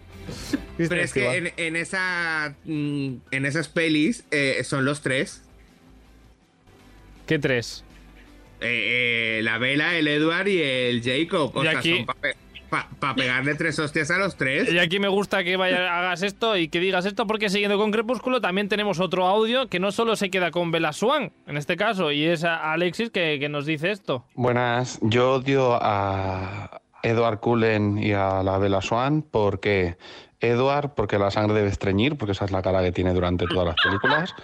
Speaker 6: Pero es que en, en esa, mm, en esas pelis eh, son los tres.
Speaker 1: ¿Qué tres?
Speaker 6: Eh, eh, la Vela, el Edward y el Jacob. O
Speaker 1: Y
Speaker 6: sea,
Speaker 1: aquí-
Speaker 6: son para pegarle tres hostias a los tres.
Speaker 1: Y aquí me gusta que vaya, hagas esto y que digas esto, porque siguiendo con Crepúsculo también tenemos otro audio que no solo se queda con Bella Swan, en este caso, y es a Alexis que, que nos dice esto.
Speaker 10: Buenas, yo odio a Edward Cullen y a la Bella Swan porque Edward porque la sangre debe estreñir, porque esa es la cara que tiene durante todas las películas,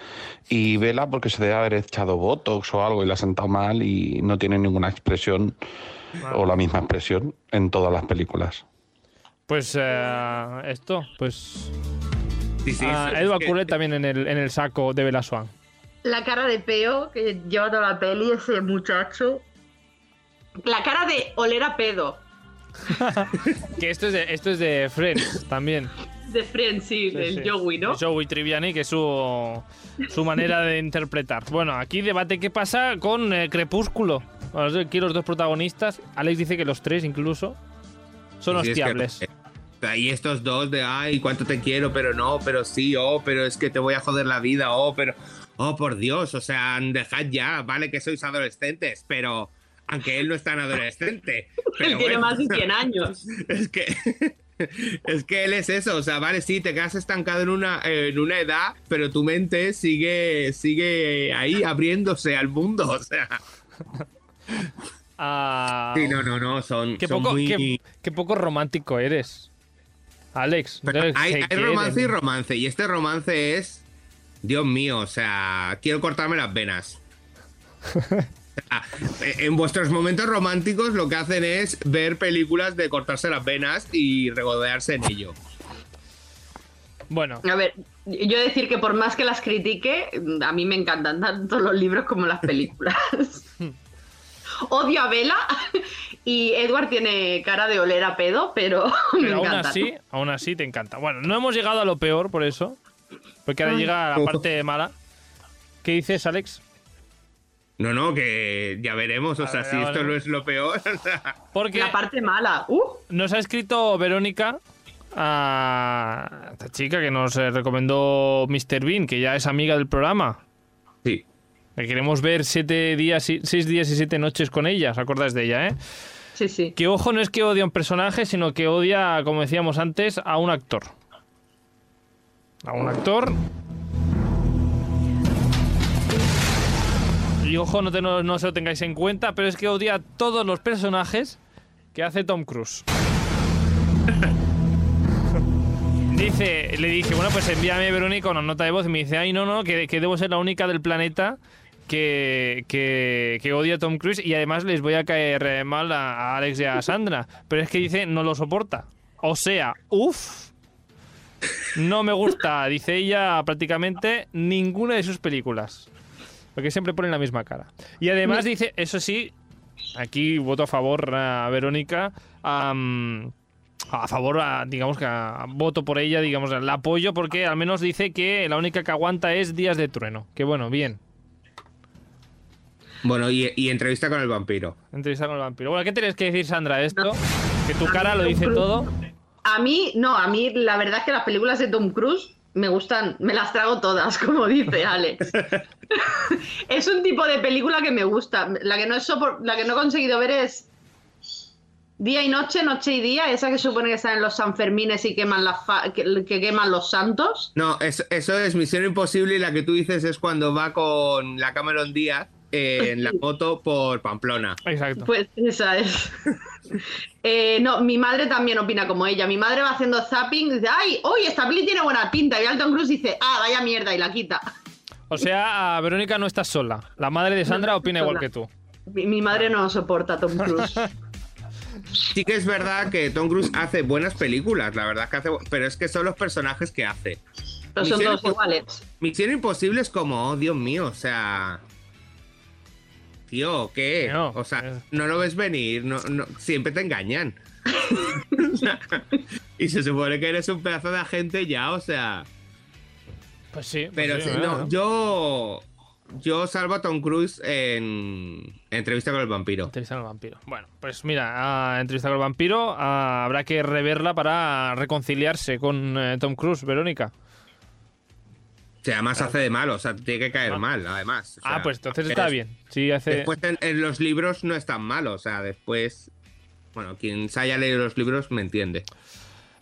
Speaker 10: y Bella porque se debe haber echado Botox o algo y la ha sentado mal y no tiene ninguna expresión o la misma expresión en todas las películas.
Speaker 1: Pues eh, esto, pues
Speaker 6: Sí, sí,
Speaker 1: a
Speaker 6: sí, es
Speaker 1: Ah, Edward
Speaker 6: que-
Speaker 1: Cullen también en el, en el saco de Bella Swan.
Speaker 7: La cara de peo que lleva toda la peli ese muchacho. La cara de oler a pedo,
Speaker 1: Que esto es de, esto es de Friends también.
Speaker 7: de Friends, sí,
Speaker 1: Sí,
Speaker 7: del
Speaker 1: sí.
Speaker 7: Joey, ¿no?
Speaker 1: De Joey Triviani, que es su, su manera de interpretar. Bueno, aquí debate qué pasa con eh, Crepúsculo. Bueno, los- Aquí los dos protagonistas, Alex dice que los tres incluso, son
Speaker 6: Sí, es que-
Speaker 1: hostiables.
Speaker 6: Y estos dos de, ay, cuánto te quiero, pero no, pero sí, oh, pero es que te voy a joder la vida, oh, pero, oh, por Dios, o sea, dejad ya, vale que sois adolescentes, pero, aunque él no es tan adolescente. pero
Speaker 7: Él tiene
Speaker 6: bueno,
Speaker 7: más de 100 años.
Speaker 6: Es que, es que él es eso, o sea, vale, sí, te quedas estancado en una, en una edad, pero tu mente sigue, sigue ahí abriéndose al mundo, o sea.
Speaker 1: Ah,
Speaker 6: Sí, no, no, no, son,
Speaker 1: qué,
Speaker 6: son
Speaker 1: poco,
Speaker 6: muy...
Speaker 1: qué, qué poco romántico eres, Alex.
Speaker 6: Pero
Speaker 1: Alex,
Speaker 6: hay,
Speaker 1: se
Speaker 6: hay
Speaker 1: quieren.
Speaker 6: romance y romance. Y este romance es. Dios mío, o sea, quiero cortarme las venas. Ah, en vuestros momentos románticos lo que hacen es ver películas de cortarse las venas y regodearse en ello.
Speaker 1: Bueno,
Speaker 7: A ver, yo decir que por más que las critique, a mí me encantan tanto los libros como las películas. Odio a Vela y Edward tiene cara de oler a pedo, pero me
Speaker 1: pero aún
Speaker 7: encanta.
Speaker 1: así, aún así te encanta. Bueno, no hemos llegado a lo peor por eso, porque ahora llega la
Speaker 6: Uf.
Speaker 1: parte mala. ¿Qué dices, Alex?
Speaker 6: No, no, que ya veremos, o
Speaker 1: A
Speaker 6: sea,
Speaker 1: ver,
Speaker 6: si
Speaker 1: ya
Speaker 6: esto no
Speaker 1: veremos.
Speaker 6: es lo peor. o sea,
Speaker 1: Porque
Speaker 7: La parte mala. Uh,
Speaker 1: nos ha escrito Verónica a esta chica que nos eh, recomendó Mr. Bean, que ya es amiga del programa.
Speaker 6: Sí.
Speaker 1: Que queremos ver siete días, y- seis días y siete noches con ella, ¿os acordáis de ella, eh?
Speaker 7: Sí, sí.
Speaker 1: Que ojo, no es que odia a un personaje, sino que odia, como decíamos antes, a un actor. A un actor. Y ojo, no, te- no- no se lo tengáis en cuenta, pero es que odia a todos los personajes que hace Tom Cruise. Dice, le dije, bueno, pues envíame Verónica una nota de voz. Y me dice, ay, no, no, que, que debo ser la única del planeta que, que, que odia a Tom Cruise y además les voy a caer eh, mal a, a Alex y a Sandra. Pero es que dice, no lo soporta. O sea, uff, no me gusta, dice ella, prácticamente ninguna de sus películas. Porque siempre ponen la misma cara. Y además dice, eso sí, aquí voto a favor a Verónica. am, a favor, a- digamos que a- voto por ella, digamos, la apoyo porque al menos dice que la única que aguanta es Días de Trueno. Que bueno, bien.
Speaker 6: Bueno, y, y entrevista con el vampiro.
Speaker 1: Entrevista con el vampiro. Bueno, ¿qué tienes que decir, Sandra, de esto? Que tu cara lo dice
Speaker 7: Tom Cruise.
Speaker 1: todo.
Speaker 7: A mí, no, a mí la verdad es que las películas de Tom Cruise me gustan, me las trago todas, como dice Alex. es un tipo de película que me gusta. La que no, he sopor- la que no he conseguido ver es Día y Noche, Noche y Día, esa que supone que están en los Sanfermines y queman las fa- que, que queman los santos.
Speaker 6: No, eso, eso es Misión Imposible y la que tú dices es cuando va con la Cameron Díaz eh, en la moto por Pamplona.
Speaker 1: Exacto.
Speaker 7: Pues esa es. Eh, no, mi madre también opina como ella. Mi madre va haciendo zapping y dice, ay, hoy esta peli tiene buena pinta. Y Alton Cruz dice, ah, vaya mierda, y la quita.
Speaker 1: O sea, a Verónica no estás sola. La madre de Sandra
Speaker 7: No, no
Speaker 1: opina
Speaker 7: estoy
Speaker 1: igual
Speaker 7: sola.
Speaker 1: que tú.
Speaker 7: Mi, mi madre no soporta a Tom Cruise.
Speaker 6: Sí que es verdad que Tom Cruise hace buenas películas, la verdad que hace, bu- pero es que son los personajes que hace.
Speaker 7: Pero son
Speaker 6: Misión
Speaker 7: todos
Speaker 6: Impos-
Speaker 7: iguales.
Speaker 6: Misión Imposible es como, oh, Dios mío, o sea, tío, ¿qué?
Speaker 1: No,
Speaker 6: o
Speaker 1: eh.
Speaker 6: sea, no lo ves venir, no, no- siempre te engañan. y se supone que eres un pedazo de agente ya, o sea.
Speaker 1: Pues sí. pues
Speaker 6: Pero
Speaker 1: sí,
Speaker 6: sí,
Speaker 1: ¿verdad?
Speaker 6: no, yo. Yo salvo a Tom Cruise en Entrevista con el Vampiro.
Speaker 1: Entrevista con el vampiro. Bueno, pues mira, ah, entrevista con el vampiro ah, habrá que reverla para reconciliarse con eh, Tom Cruise, Verónica.
Speaker 6: O sea, además hace de mal, o sea, tiene que caer
Speaker 1: Ah.
Speaker 6: mal, además. o
Speaker 1: ah,
Speaker 6: sea,
Speaker 1: pues entonces está
Speaker 6: es-
Speaker 1: bien. Sí, hace.
Speaker 6: Después en, en los libros no es tan malo, o sea, después. Bueno, quien se haya leído los libros me entiende.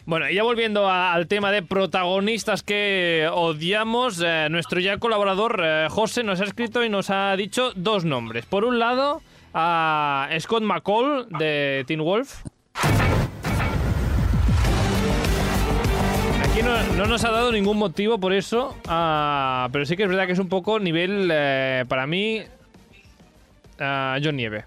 Speaker 1: Bueno, y ya volviendo a- al tema de protagonistas que odiamos, eh, nuestro ya colaborador eh, José nos ha escrito y nos ha dicho dos nombres. Por un lado, a Scott McCall de Teen Wolf. Aquí no, no nos ha dado ningún motivo por eso, ah, pero sí que es verdad que es un poco nivel, eh, para mí, ah, John Nieve.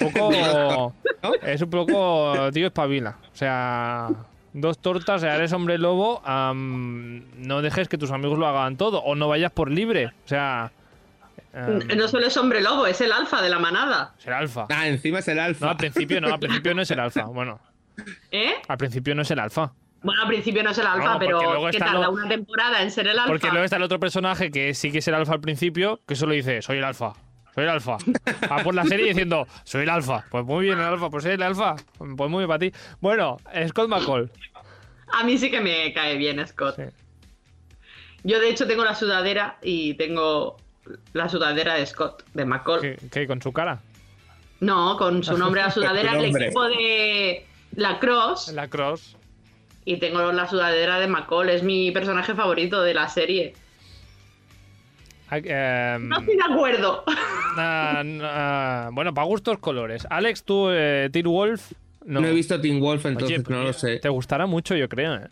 Speaker 1: Un poco... Es un poco, tío, espabila. O sea, dos tortas, eres hombre lobo, am, no dejes que tus amigos lo hagan todo o no vayas por libre. O sea, am,
Speaker 7: No solo es hombre lobo, es el alfa de la manada.
Speaker 1: ser alfa.
Speaker 6: Ah, encima es el
Speaker 1: No,
Speaker 6: alfa.
Speaker 1: al principio no, al principio no es el alfa. Bueno,
Speaker 7: ¿Eh?
Speaker 1: al principio no es el alfa.
Speaker 7: Bueno, al principio no es el alfa,
Speaker 1: No, porque luego
Speaker 7: pero que
Speaker 1: está
Speaker 7: tarda
Speaker 1: lo-
Speaker 7: una temporada en ser el alfa.
Speaker 1: Porque luego está el otro personaje que sí que es el alfa al principio, que solo dice, soy el alfa, soy el alfa. Va por la serie diciendo, soy el alfa. Pues muy bien el alfa, pues soy el alfa. Pues muy bien para ti. Bueno, Scott McCall.
Speaker 7: A mí sí que me cae bien Scott.
Speaker 1: Sí.
Speaker 7: Yo de hecho tengo la sudadera y tengo la sudadera de Scott, de McCall.
Speaker 1: que que Con su cara.
Speaker 7: No, con su nombre la sudadera,
Speaker 6: El
Speaker 7: el
Speaker 6: nombre.
Speaker 7: equipo de la Cross.
Speaker 1: La cross.
Speaker 7: Y tengo la sudadera de McCall, es mi personaje favorito de la serie.
Speaker 1: Ah, em,
Speaker 7: No estoy de acuerdo.
Speaker 1: Ah, n- ah, bueno, para gustos colores. Alex, tú, eh, Teen Wolf. No,
Speaker 6: No. he visto Teen Wolf,
Speaker 1: Oye, eh, pues
Speaker 6: entonces no lo sé.
Speaker 1: Te gustará mucho, yo creo. ¿eh?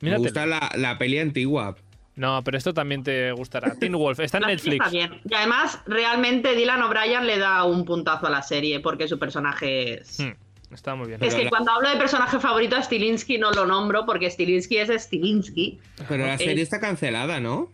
Speaker 6: Me
Speaker 1: Míratelo.
Speaker 6: gusta la, la peli antigua.
Speaker 1: No, pero esto también te gustará. Teen Wolf, está en
Speaker 7: La serie
Speaker 1: Netflix.
Speaker 7: está bien. Y además, realmente Dylan O'Brien le da un puntazo a la serie porque su personaje es.
Speaker 1: Hmm, está muy bien.
Speaker 7: Es que
Speaker 6: la-
Speaker 7: cuando hablo de personaje favorito a Stilinski no lo nombro porque Stilinski es Stilinski.
Speaker 6: Pero la
Speaker 1: Ah,
Speaker 7: Ok.
Speaker 6: serie está cancelada, ¿no?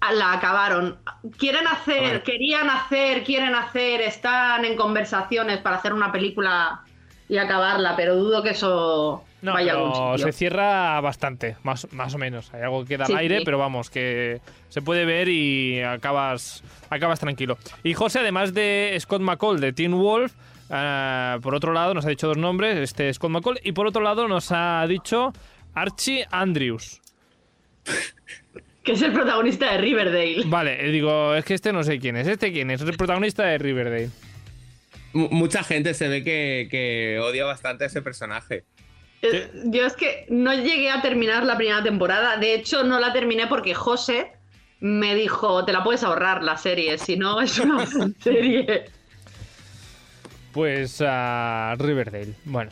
Speaker 7: Ah, La acabaron. Quieren hacer,
Speaker 6: Vale.
Speaker 7: querían hacer, quieren hacer, están en conversaciones para hacer una película y acabarla, pero dudo que eso
Speaker 1: No,
Speaker 7: vaya a algún
Speaker 1: pero
Speaker 7: sitio.
Speaker 1: se cierra bastante, más, más o menos. Hay algo que queda al
Speaker 7: Sí,
Speaker 1: aire,
Speaker 7: sí.
Speaker 1: pero vamos, que se puede ver y acabas, acabas tranquilo. Y José, además de Scott McCall de Teen Wolf, Ah, por otro lado, nos ha dicho dos nombres, este es Scott McCall, y por otro lado nos ha dicho Archie Andrews.
Speaker 7: Que es el protagonista de Riverdale.
Speaker 1: Vale, eh, digo, es que este no sé quién es. ¿Este quién es? El protagonista de Riverdale.
Speaker 6: Mu- mucha gente se ve que, que odia bastante a ese personaje.
Speaker 7: Eh, Yo es que no llegué a terminar la primera temporada. De hecho, no la terminé porque José me dijo, te la puedes ahorrar la serie, si no es una serie.
Speaker 1: Pues ah, Riverdale. Bueno,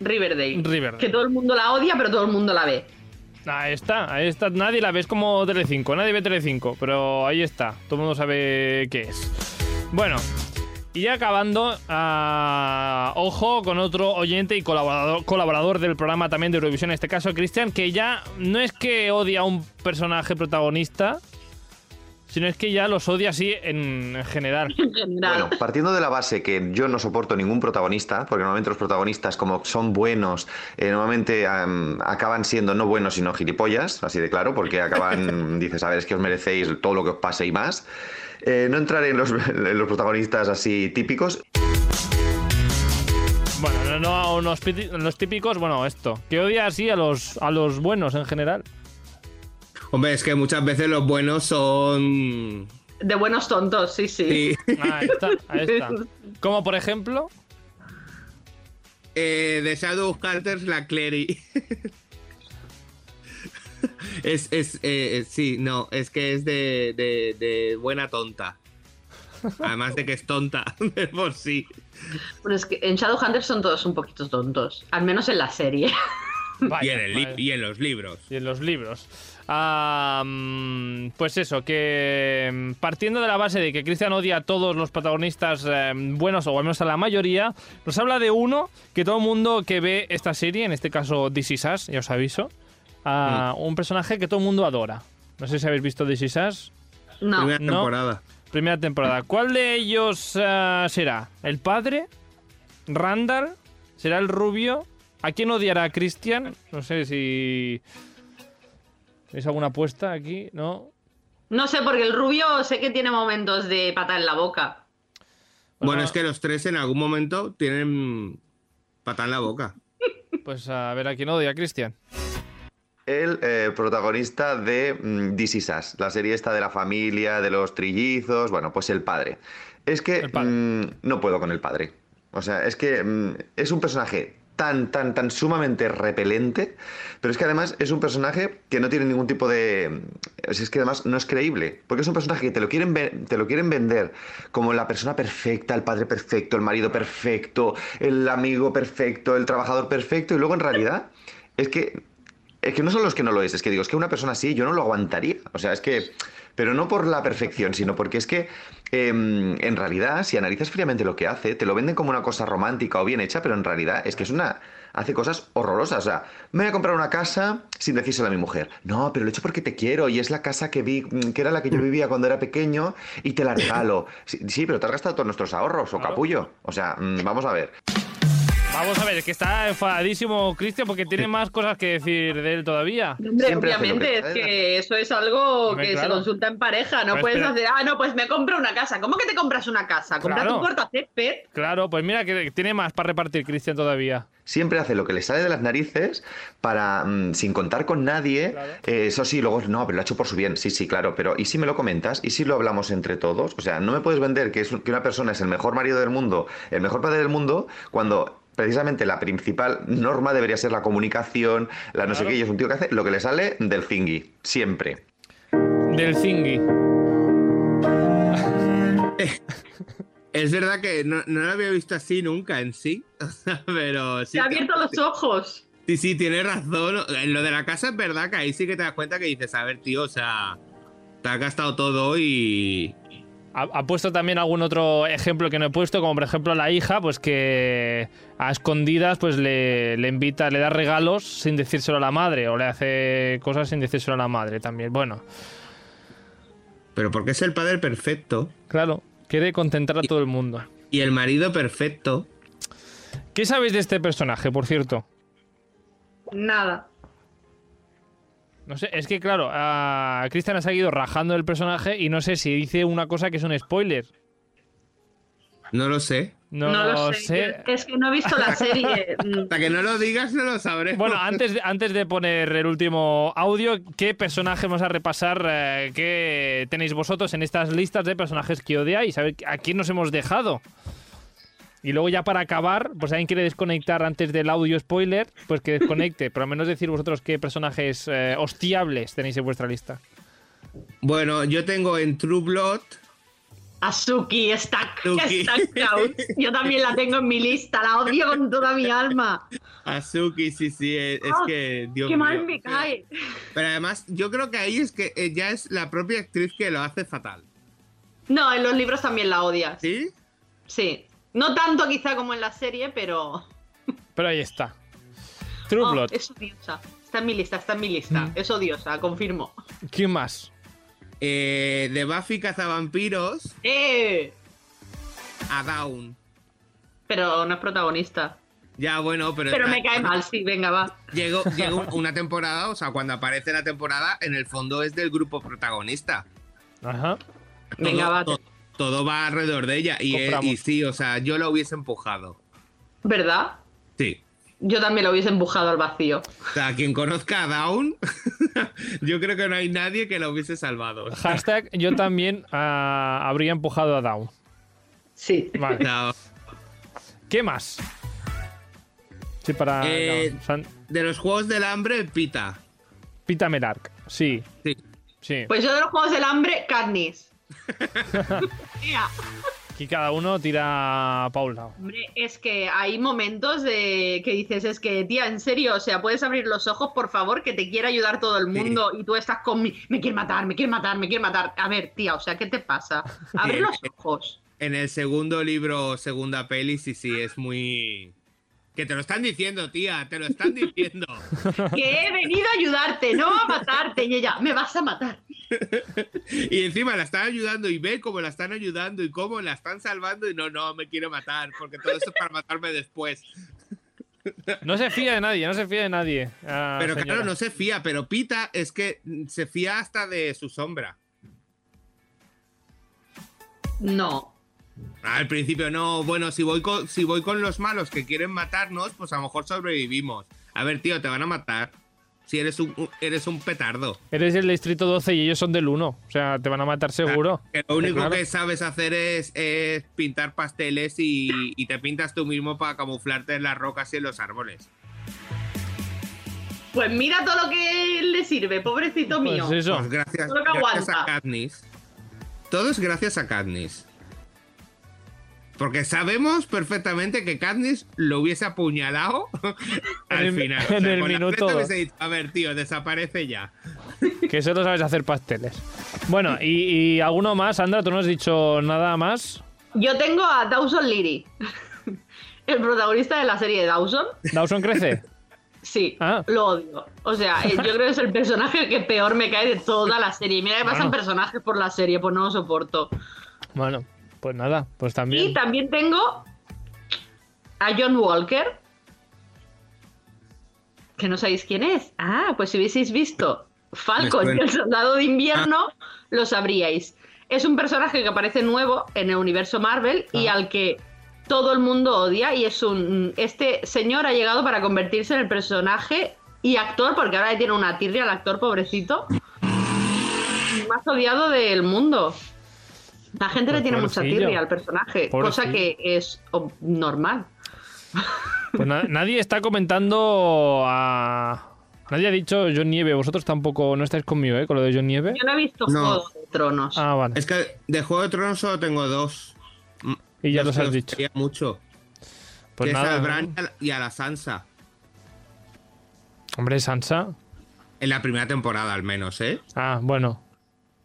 Speaker 7: Riverdale.
Speaker 1: Riverdale.
Speaker 7: Que todo el mundo la odia, pero todo el mundo la ve.
Speaker 1: ahí está, ahí está. Nadie la ves como Telecinco, nadie ve Telecinco, pero ahí está. Todo el mundo sabe qué es. Bueno, y ya acabando, ah, ojo con otro oyente y colaborador, colaborador del programa también de Eurovisión, en este caso Cristian, que ya no es que odia a un personaje protagonista, sino es que ya los odia así en en general.
Speaker 7: En general.
Speaker 2: Bueno, partiendo de la base que yo no soporto ningún protagonista, porque normalmente los protagonistas, como son buenos, eh, normalmente am, acaban siendo no buenos, sino gilipollas, así de claro, porque acaban, dices, a ver, es que os merecéis todo lo que os pase y más. Eh, no entraré en los, en los protagonistas así típicos.
Speaker 1: Bueno, no, no a unos piti- los típicos, bueno, esto. Que odia así a los, a los buenos en general.
Speaker 6: Hombre, es que muchas veces los buenos son.
Speaker 7: De buenos tontos, sí, sí.
Speaker 6: Sí.
Speaker 1: Ahí está, ahí está. Como por ejemplo,
Speaker 6: Eh, de Shadow Hunters, la Clary. es, es, eh, eh, sí, no, es que es de, de- de buena tonta. Además de que es tonta, de por sí.
Speaker 7: Bueno, es que en Shadowhunters son todos un poquito tontos. Al menos en la serie.
Speaker 1: vaya,
Speaker 6: y, en el li-
Speaker 1: vaya.
Speaker 6: y en los libros.
Speaker 1: Y en los libros. Ah, mm, pues eso, que mm, partiendo de la base de que Cristian odia a todos los protagonistas eh, buenos, o al menos a la mayoría, nos habla de uno que todo el mundo que ve esta serie, en este caso This Is Us, ya os aviso, a
Speaker 6: Mm.
Speaker 1: un personaje que todo el mundo adora. No sé si habéis visto This Is Us,
Speaker 7: No.
Speaker 6: Primera
Speaker 1: No.
Speaker 6: temporada.
Speaker 1: primera temporada. ¿Cuál de ellos ah, será? ¿El padre? ¿Randall? ¿Será el rubio? ¿A quién odiará a Christian? No sé si... ¿Tenéis alguna apuesta aquí? ¿No?
Speaker 7: No sé, porque el rubio sé que tiene momentos de pata en la boca.
Speaker 6: Bueno, es que los tres en algún momento tienen pata en la boca.
Speaker 1: Pues a ver a quién odia a Christian.
Speaker 2: El eh, protagonista de mm, This Is Us, la serie esta de la familia, de los trillizos, bueno, pues el padre. Es que
Speaker 1: El padre.
Speaker 2: mm, no puedo con el padre. O sea, es que mm, es un personaje tan, tan, tan sumamente repelente, pero es que además es un personaje que no tiene ningún tipo de... mm, Es es que además no es creíble, porque es un personaje que te lo quieren, ve- te lo quieren vender como la persona perfecta, el padre perfecto, el marido perfecto, el amigo perfecto, el trabajador perfecto, y luego en realidad es que es que no son los que no lo es, es que digo, es que una persona así yo no lo aguantaría. O sea, es que. Pero no por la perfección, sino porque es que em, en realidad, si analizas fríamente lo que hace, te lo venden como una cosa romántica o bien hecha, pero en realidad es que es una. hace cosas horrorosas. O sea, me voy a comprar una casa sin decírselo a mi mujer. No, pero lo he hecho porque te quiero y es la casa que vi, mm, que era la que yo vivía cuando era pequeño y te la regalo. Sí, sí, pero te has gastado todos nuestros ahorros o capullo. O sea, mm, vamos a ver.
Speaker 1: Vamos a ver, es que está enfadadísimo Christian porque tiene más cosas que decir de él todavía.
Speaker 7: Hombre,
Speaker 2: Siempre hace lo
Speaker 7: obviamente,
Speaker 2: que
Speaker 7: es
Speaker 2: puede.
Speaker 7: que eso es algo
Speaker 1: Hombre,
Speaker 7: que
Speaker 1: claro.
Speaker 7: se consulta en pareja. No
Speaker 1: Pero
Speaker 7: puedes
Speaker 1: espera.
Speaker 7: hacer, ah, no, pues me compro una casa. ¿Cómo que te compras una casa? Compra
Speaker 1: Claro.
Speaker 7: tu portacésped.
Speaker 1: Claro, pues mira que tiene más para repartir Christian todavía.
Speaker 2: Siempre hace lo que le sale de las narices para, mm, sin contar con nadie,
Speaker 1: Claro.
Speaker 2: eh, eso sí, luego, no, pero lo ha hecho por su bien, sí, sí, claro, pero ¿y si me lo comentas? ¿Y si lo hablamos entre todos? O sea, no me puedes vender que, es, un- que una persona es el mejor marido del mundo, el mejor padre del mundo, cuando precisamente la principal norma debería ser la comunicación, la no sé
Speaker 1: Claro.
Speaker 2: qué, y es un tío que hace lo que le sale del zingui, siempre.
Speaker 1: Del Zingy.
Speaker 6: Es verdad que no, no lo había visto así nunca en sí, o sea, pero sí.
Speaker 7: Se ha abierto los ojos.
Speaker 6: Sí, sí, tienes razón. En lo de la casa es verdad que ahí sí que te das cuenta que dices, a ver, tío, o sea, te has gastado todo y.
Speaker 1: Ha, ha puesto también algún otro ejemplo que no he puesto, como por ejemplo la hija, pues que a escondidas pues le, le invita, le da regalos sin decírselo a la madre, o le hace cosas sin decírselo a la madre también. Bueno,
Speaker 6: Pero porque es el padre perfecto
Speaker 1: claro, quiere contentar a todo el mundo.
Speaker 6: y el marido perfecto.
Speaker 1: ¿Qué sabéis de este personaje, por cierto?
Speaker 7: Nada.
Speaker 1: No sé, es que claro, a Cristian ha seguido rajando el personaje y no sé si dice una cosa que es un spoiler.
Speaker 6: No lo sé.
Speaker 1: No,
Speaker 7: lo sé. Es que no he visto la serie. Mm,
Speaker 6: Hasta que no lo digas, no lo sabré.
Speaker 1: Bueno, antes de, antes de poner el último audio, ¿qué personaje vamos a repasar eh, que tenéis vosotros en estas listas de personajes que odiáis? A ver, ¿a quién nos hemos dejado? Y luego ya para acabar, pues alguien quiere desconectar antes del audio spoiler, pues que desconecte. Pero al menos decir vosotros qué personajes eh, hostiables tenéis en vuestra lista.
Speaker 6: Bueno, yo tengo en True Blood.
Speaker 7: Azuki está,
Speaker 6: Azuki.
Speaker 7: está out. Yo también la tengo en mi lista, la odio con toda mi alma.
Speaker 6: Azuki, sí, sí, es, es
Speaker 7: Ah,
Speaker 6: que. Dios
Speaker 7: Qué mal
Speaker 6: mío.
Speaker 7: me cae.
Speaker 6: Pero además, yo creo que ahí es que eh, ya es la propia actriz que lo hace fatal.
Speaker 7: No, en los libros también la odias.
Speaker 6: ¿Sí?
Speaker 7: Sí. No tanto quizá como en la serie, pero.
Speaker 1: Pero ahí está. True
Speaker 7: Oh,
Speaker 1: Blood.
Speaker 7: es odiosa. Está en mi lista, está en mi lista. Es odiosa, confirmo.
Speaker 1: ¿Quién más?
Speaker 6: Eh, de Buffy Cazavampiros
Speaker 7: ¡Eh!
Speaker 6: a Down.
Speaker 7: Pero no es protagonista.
Speaker 6: Ya, bueno, pero.
Speaker 7: Pero
Speaker 6: está-
Speaker 7: me cae mal, sí, venga, va.
Speaker 6: Llegó, llegó un- una temporada, o sea, cuando aparece la temporada, en el fondo es del grupo protagonista.
Speaker 1: Ajá.
Speaker 6: Todo-
Speaker 7: Venga, va.
Speaker 6: to- todo va alrededor de ella. Y, eh,
Speaker 1: Compramos.
Speaker 6: y sí, o sea, yo la hubiese empujado.
Speaker 7: ¿Verdad?
Speaker 6: Sí.
Speaker 7: Yo también lo hubiese empujado al vacío.
Speaker 6: O sea, quien conozca a Down, yo creo que no hay nadie que la hubiese salvado. O sea,
Speaker 1: Hashtag yo también ah, habría empujado a Down.
Speaker 7: Sí.
Speaker 1: Vale.
Speaker 6: no.
Speaker 1: ¿Qué más? Sí, para.
Speaker 6: Eh,
Speaker 1: no, San-
Speaker 6: De los Juegos del Hambre, Pita.
Speaker 1: Pítame el arc. Sí,
Speaker 6: Sí.
Speaker 1: sí.
Speaker 7: Pues yo de los Juegos del Hambre, Katniss. Mira,
Speaker 1: Aquí cada uno tira pa' un lado.
Speaker 7: hombre, es que hay momentos de que dices, es que, tía, en serio, o sea, puedes abrir los ojos, por favor, que te quiere ayudar todo el mundo y tú estás con mi- me quiere matar, me quiere matar, me quiere matar. A ver, tía, o sea, ¿qué te pasa? Abre los ojos.
Speaker 6: En el segundo libro, segunda peli, sí, sí, es muy. Que te lo están diciendo, tía, te lo están diciendo.
Speaker 7: Que he venido a ayudarte, no a matarte. Y ella, me vas a matar.
Speaker 6: Y encima la están ayudando y ve cómo la están ayudando y cómo la están salvando y no, no, me quiero matar, porque todo esto es para matarme después.
Speaker 1: No se fía de nadie, no se fía de nadie. ah,
Speaker 6: pero
Speaker 1: señora.
Speaker 6: claro, no se fía, pero Pita es que mm, se fía hasta de su sombra.
Speaker 7: No.
Speaker 6: Al principio no, bueno, si voy con, si voy con los malos que quieren matarnos, pues a lo mejor sobrevivimos. A ver, tío, te van a matar. Si eres un, un- eres un petardo.
Speaker 1: Eres del distrito 12 y ellos son del 1. O sea, te van a
Speaker 6: Ah.
Speaker 1: matar seguro.
Speaker 6: Que lo único
Speaker 1: Claro.
Speaker 6: que sabes hacer es, es pintar pasteles y, y te pintas tú mismo para camuflarte en las rocas y en los árboles.
Speaker 7: Pues mira todo lo que le sirve, pobrecito mío.
Speaker 1: Pues eso.
Speaker 6: Pues gracias,
Speaker 7: Solo que
Speaker 6: gracias a
Speaker 7: aguanta.
Speaker 6: Katniss. Todo es gracias a Katniss. Porque sabemos perfectamente que Katniss lo hubiese apuñalado al
Speaker 1: En el-
Speaker 6: final.
Speaker 1: en el
Speaker 6: con la
Speaker 1: minuto
Speaker 6: frente
Speaker 1: dos.
Speaker 6: hubiese dicho, a ver, tío, desaparece ya.
Speaker 1: Que solo sabes hacer pasteles. Bueno, y, y alguno más, Sandra, tú no has dicho nada más.
Speaker 7: Yo tengo a Dawson Leary, el protagonista de la serie de Dawson.
Speaker 1: Dawson crece.
Speaker 7: Sí,
Speaker 1: Ah.
Speaker 7: lo odio. O sea, eh, yo creo que es el personaje que peor me cae de toda la serie. Y Mira que pasan
Speaker 1: Bueno.
Speaker 7: personajes por la serie, pues no lo soporto.
Speaker 1: Bueno, pues nada, pues también.
Speaker 7: Y también tengo a John Walker. Que no sabéis quién es. Ah, pues si hubieseis visto Falcon
Speaker 6: Me
Speaker 7: y
Speaker 6: suena. Ah.
Speaker 7: el soldado de invierno, lo sabríais. Es un personaje que aparece nuevo en el universo Marvel y
Speaker 6: Ah.
Speaker 7: al que todo el mundo odia. Y es un. Este señor ha llegado para convertirse en el personaje y actor, porque ahora le tiene una tirria al actor pobrecito. Más odiado del mundo. La gente
Speaker 1: Pues
Speaker 7: le tiene mucha
Speaker 1: pobrecillo.
Speaker 7: tirria al personaje, cosa
Speaker 1: Pobrecillo.
Speaker 7: que es o- normal.
Speaker 1: Pues na- nadie está comentando a. Nadie ha dicho John Nieve. Vosotros tampoco no estáis conmigo, ¿eh? Con lo de John Nieve.
Speaker 7: Yo no he visto
Speaker 6: No.
Speaker 7: Juego de Tronos.
Speaker 1: Ah, vale.
Speaker 6: Es que de Juego de Tronos solo tengo dos.
Speaker 1: Y ya
Speaker 6: Los
Speaker 1: los
Speaker 6: que
Speaker 1: has
Speaker 6: los
Speaker 1: dicho.
Speaker 6: quería mucho.
Speaker 1: Pues
Speaker 6: que es
Speaker 1: nada.
Speaker 6: al
Speaker 1: ¿no?
Speaker 6: Bran y a la- y a la Sansa.
Speaker 1: Hombre, Sansa.
Speaker 6: En la primera temporada, al menos, ¿eh?
Speaker 1: Ah, bueno.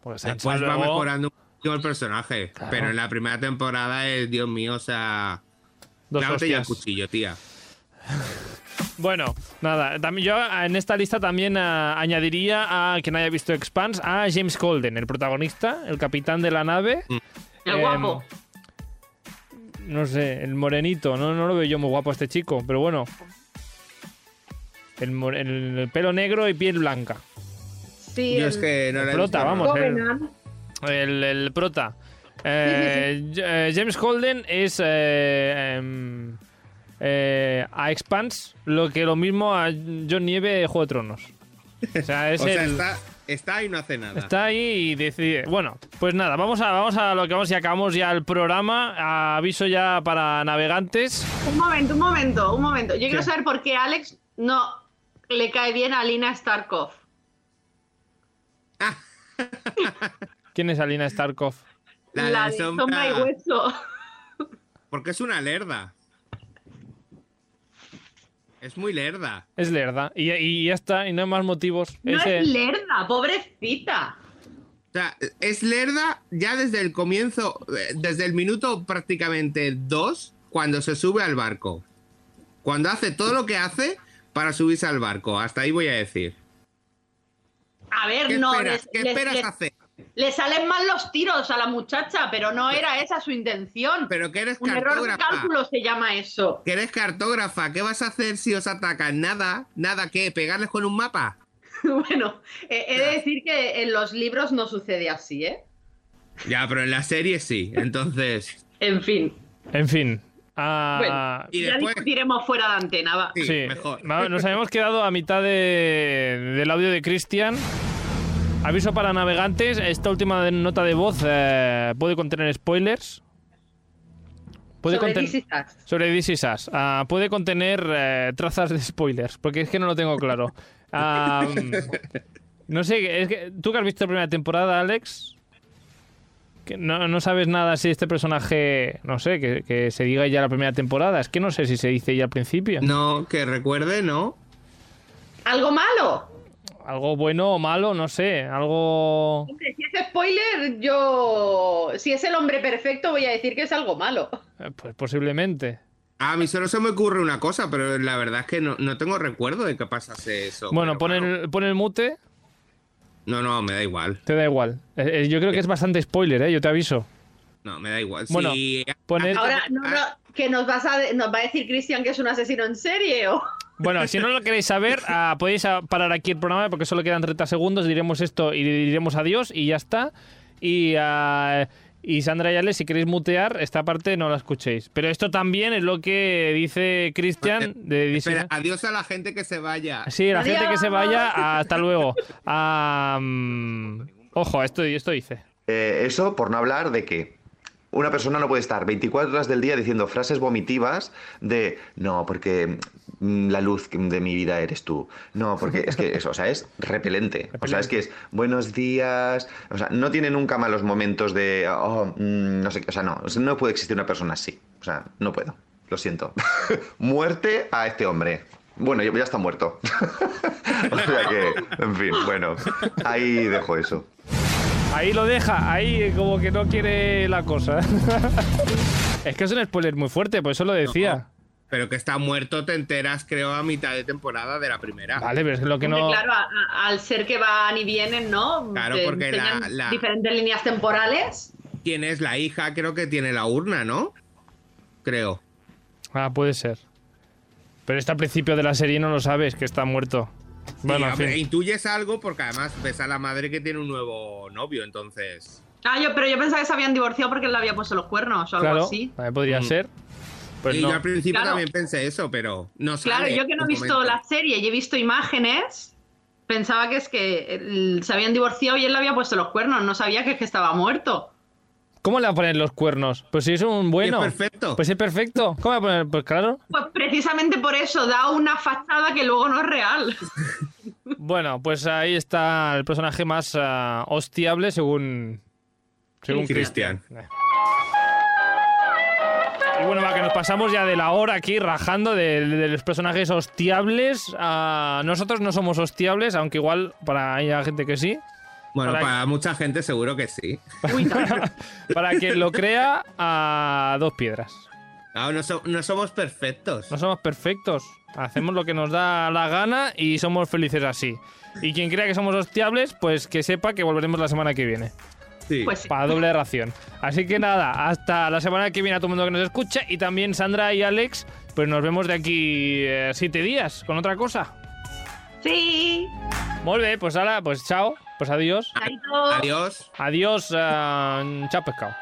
Speaker 1: Porque Sansa
Speaker 6: Después va
Speaker 1: luego-
Speaker 6: mejorando mucho el personaje.
Speaker 1: Claro.
Speaker 6: Pero en la primera temporada, es, Dios mío, o sea.
Speaker 1: Dos
Speaker 6: clávate ya el
Speaker 1: hostias.
Speaker 6: cuchillo, tía.
Speaker 1: Bueno, nada, también yo en esta lista también ah, añadiría a quien haya visto Expanse a James Colden, el protagonista, el capitán de la nave.
Speaker 6: Mm.
Speaker 7: El
Speaker 1: Em,
Speaker 7: guapo.
Speaker 1: No sé, el morenito, no, no lo veo yo muy guapo a este chico, pero bueno. El, more- el- el pelo negro y piel blanca.
Speaker 7: Sí,
Speaker 6: Yo
Speaker 7: el
Speaker 6: es que no la he
Speaker 1: Flota, Em.
Speaker 6: visto.
Speaker 1: vamos.
Speaker 7: Covenant.
Speaker 1: El, el prota. Eh, eh, James Holden es eh, em, eh, a Expanse lo que lo mismo a John Nieve Juego de Tronos. O sea, es
Speaker 6: o sea,
Speaker 1: el-
Speaker 6: está, está ahí y no hace nada.
Speaker 1: Está ahí y decide. Bueno, pues nada, vamos a, vamos a lo que vamos y acabamos ya el programa. Aviso ya para navegantes.
Speaker 7: Un momento, un momento, un momento. Yo quiero saber por qué Alex no le cae bien a Lina Starkov.
Speaker 1: ¿Quién es Alina Starkov?
Speaker 7: La, de sombra. y hueso.
Speaker 6: Porque es una lerda. Es muy lerda.
Speaker 1: Es lerda. Y, y ya está, y no hay más motivos.
Speaker 7: No
Speaker 1: Ese-
Speaker 7: es lerda, pobrecita.
Speaker 6: O sea, es lerda ya desde el comienzo, eh, desde el minuto prácticamente dos, cuando se sube al barco. Cuando hace todo lo que hace para subirse al barco. Hasta ahí voy a decir.
Speaker 7: A ver,
Speaker 6: ¿Qué
Speaker 7: no.
Speaker 6: esperas? ¿Qué esperas hacer?
Speaker 7: le salen mal los tiros a la muchacha, pero no era esa su intención.
Speaker 6: Pero que eres
Speaker 7: Un error de
Speaker 6: cartógrafa.
Speaker 7: cálculo se llama eso.
Speaker 6: Que eres cartógrafa. ¿Qué vas a hacer si os atacan? Nada, nada que pegarles con un mapa.
Speaker 7: bueno, eh, he de decir que en los libros no sucede así, ¿eh?
Speaker 6: Ya, pero en la serie sí. Entonces.
Speaker 7: En fin.
Speaker 1: En fin. Ah,
Speaker 7: bueno, ya discutiremos fuera de antena, va.
Speaker 1: Va, Nos habíamos quedado a mitad de- del audio de Cristian. Aviso para navegantes, esta última de- nota de voz eh, puede contener spoilers.
Speaker 7: Sobre
Speaker 1: conten-
Speaker 7: This Is Us.
Speaker 1: sobre This Is Us. Ah, puede contener eh, trazas de spoilers, porque es que no lo tengo claro. Ah, no sé, es que tú que has visto la primera temporada, Alex, que no, no sabes nada si este personaje, no sé, que, que se diga ya la primera temporada. Es que no sé si se dice ya al principio.
Speaker 6: No, que recuerde, no.
Speaker 7: ¿Algo malo?
Speaker 1: Algo bueno o malo, no sé. Algo.
Speaker 7: Hombre, si es spoiler, yo. Si es el hombre perfecto, voy a decir que es algo malo.
Speaker 1: eh, Pues posiblemente.
Speaker 6: A mí solo se me ocurre una cosa, pero la verdad es que no, no tengo recuerdo de que pasase eso.
Speaker 1: bueno, pon el, pon el mute,
Speaker 6: No, no, me da igual.
Speaker 1: te da igual. Eh, eh, yo creo que es bastante spoiler, ¿eh? Yo te aviso.
Speaker 6: No, me da igual.
Speaker 1: Bueno,
Speaker 6: Sí, eh,
Speaker 1: poner-
Speaker 7: Ahora, no,
Speaker 6: Ah.
Speaker 7: no, que nos vas a de- nos va a decir Cristian que es un asesino en serie o.
Speaker 1: Bueno, si no lo queréis saber, ah, podéis ah, parar aquí el programa porque solo quedan 30 segundos. Diremos esto y diremos adiós y ya está. Y, ah, y Sandra y Ale, si queréis mutear, esta parte no la escuchéis. Pero esto también es lo que dice Cristian. de
Speaker 6: Espera,
Speaker 1: diseño.
Speaker 6: adiós a la gente que se vaya.
Speaker 1: Sí, la gente que se vaya, hasta luego. Ah, mm, ojo, esto, esto dice.
Speaker 2: Eh, eso por no hablar de que una persona no puede estar 24 horas del día diciendo frases vomitivas de no, porque mm, la luz de mi vida eres tú. No, porque es que eso, o sea, es repelente. O sea, es que es buenos días. O sea, no tiene nunca malos momentos de oh, mm, no sé qué. O sea, no, o sea, no puede existir una persona así. O sea, no puedo. Lo siento. Muerte a este hombre. Bueno, ya ya está muerto. o sea que, en fin, bueno, ahí dejo eso.
Speaker 1: Ahí lo deja, ahí como que no quiere la cosa. es que es un spoiler muy fuerte, por eso lo decía.
Speaker 6: Pero que está muerto te enteras, creo, a mitad de temporada de la primera.
Speaker 1: Vale, pero es lo que no.
Speaker 7: Hombre, Claro, a- a- al ser que van y vienen, ¿no?
Speaker 6: Claro,
Speaker 7: Te
Speaker 6: porque la-
Speaker 7: enseñan
Speaker 6: la-
Speaker 7: diferentes líneas temporales.
Speaker 6: ¿Quién es la hija? Creo que tiene la urna, ¿no? Creo.
Speaker 1: Ah, puede ser. Pero está al principio de la serie y no lo sabes, que está muerto. Bueno,
Speaker 6: Y,
Speaker 1: en
Speaker 6: hombre,
Speaker 1: fin.
Speaker 6: Intuyes algo porque además ves a la madre que tiene un nuevo novio, entonces.
Speaker 7: Ah, yo, pero yo pensaba que se habían divorciado porque él le había puesto los cuernos o algo
Speaker 1: Claro,
Speaker 7: así.
Speaker 1: también podría ser. Pues
Speaker 6: Mm. y
Speaker 1: no.
Speaker 6: yo al principio
Speaker 7: Claro.
Speaker 6: también pensé eso, pero no sé.
Speaker 7: Claro, yo que no he visto la serie y he visto imágenes, pensaba que es que él- se habían divorciado y él le había puesto los cuernos, no sabía que es que estaba muerto.
Speaker 1: ¿Cómo le va a poner los cuernos? Pues si es un bueno.
Speaker 6: Es perfecto.
Speaker 1: Pues es perfecto. ¿Cómo le va a poner? Pues claro.
Speaker 7: Pues precisamente por eso da una fachada que luego no es real.
Speaker 1: Bueno, pues ahí está el personaje más ah, hostiable según. Según Cristian.
Speaker 6: Cristian.
Speaker 1: Y bueno, va, que nos pasamos ya de la hora aquí rajando de, de los personajes hostiables. a- nosotros no somos hostiables, aunque igual para hay gente que sí.
Speaker 6: Bueno,
Speaker 1: Para-
Speaker 6: para, mucha gente seguro que sí.
Speaker 1: Para quien lo crea, a dos piedras.
Speaker 6: Ah, no, so- no somos perfectos.
Speaker 1: No somos perfectos. Hacemos lo que nos da la gana y somos felices así. Y quien crea que somos hostiables, pues que sepa que volveremos la semana que viene.
Speaker 6: Sí.
Speaker 7: Pues sí.
Speaker 1: Para doble ración. Así que nada, hasta la semana que viene a todo el mundo que nos escucha. Y también Sandra y Alex, pues nos vemos de aquí eh, siete días con otra cosa.
Speaker 7: Sí.
Speaker 1: Muy bien, pues ahora, pues chao, pues adiós.
Speaker 7: Chaito.
Speaker 6: Adiós.
Speaker 1: Adiós, eh, chao pescado.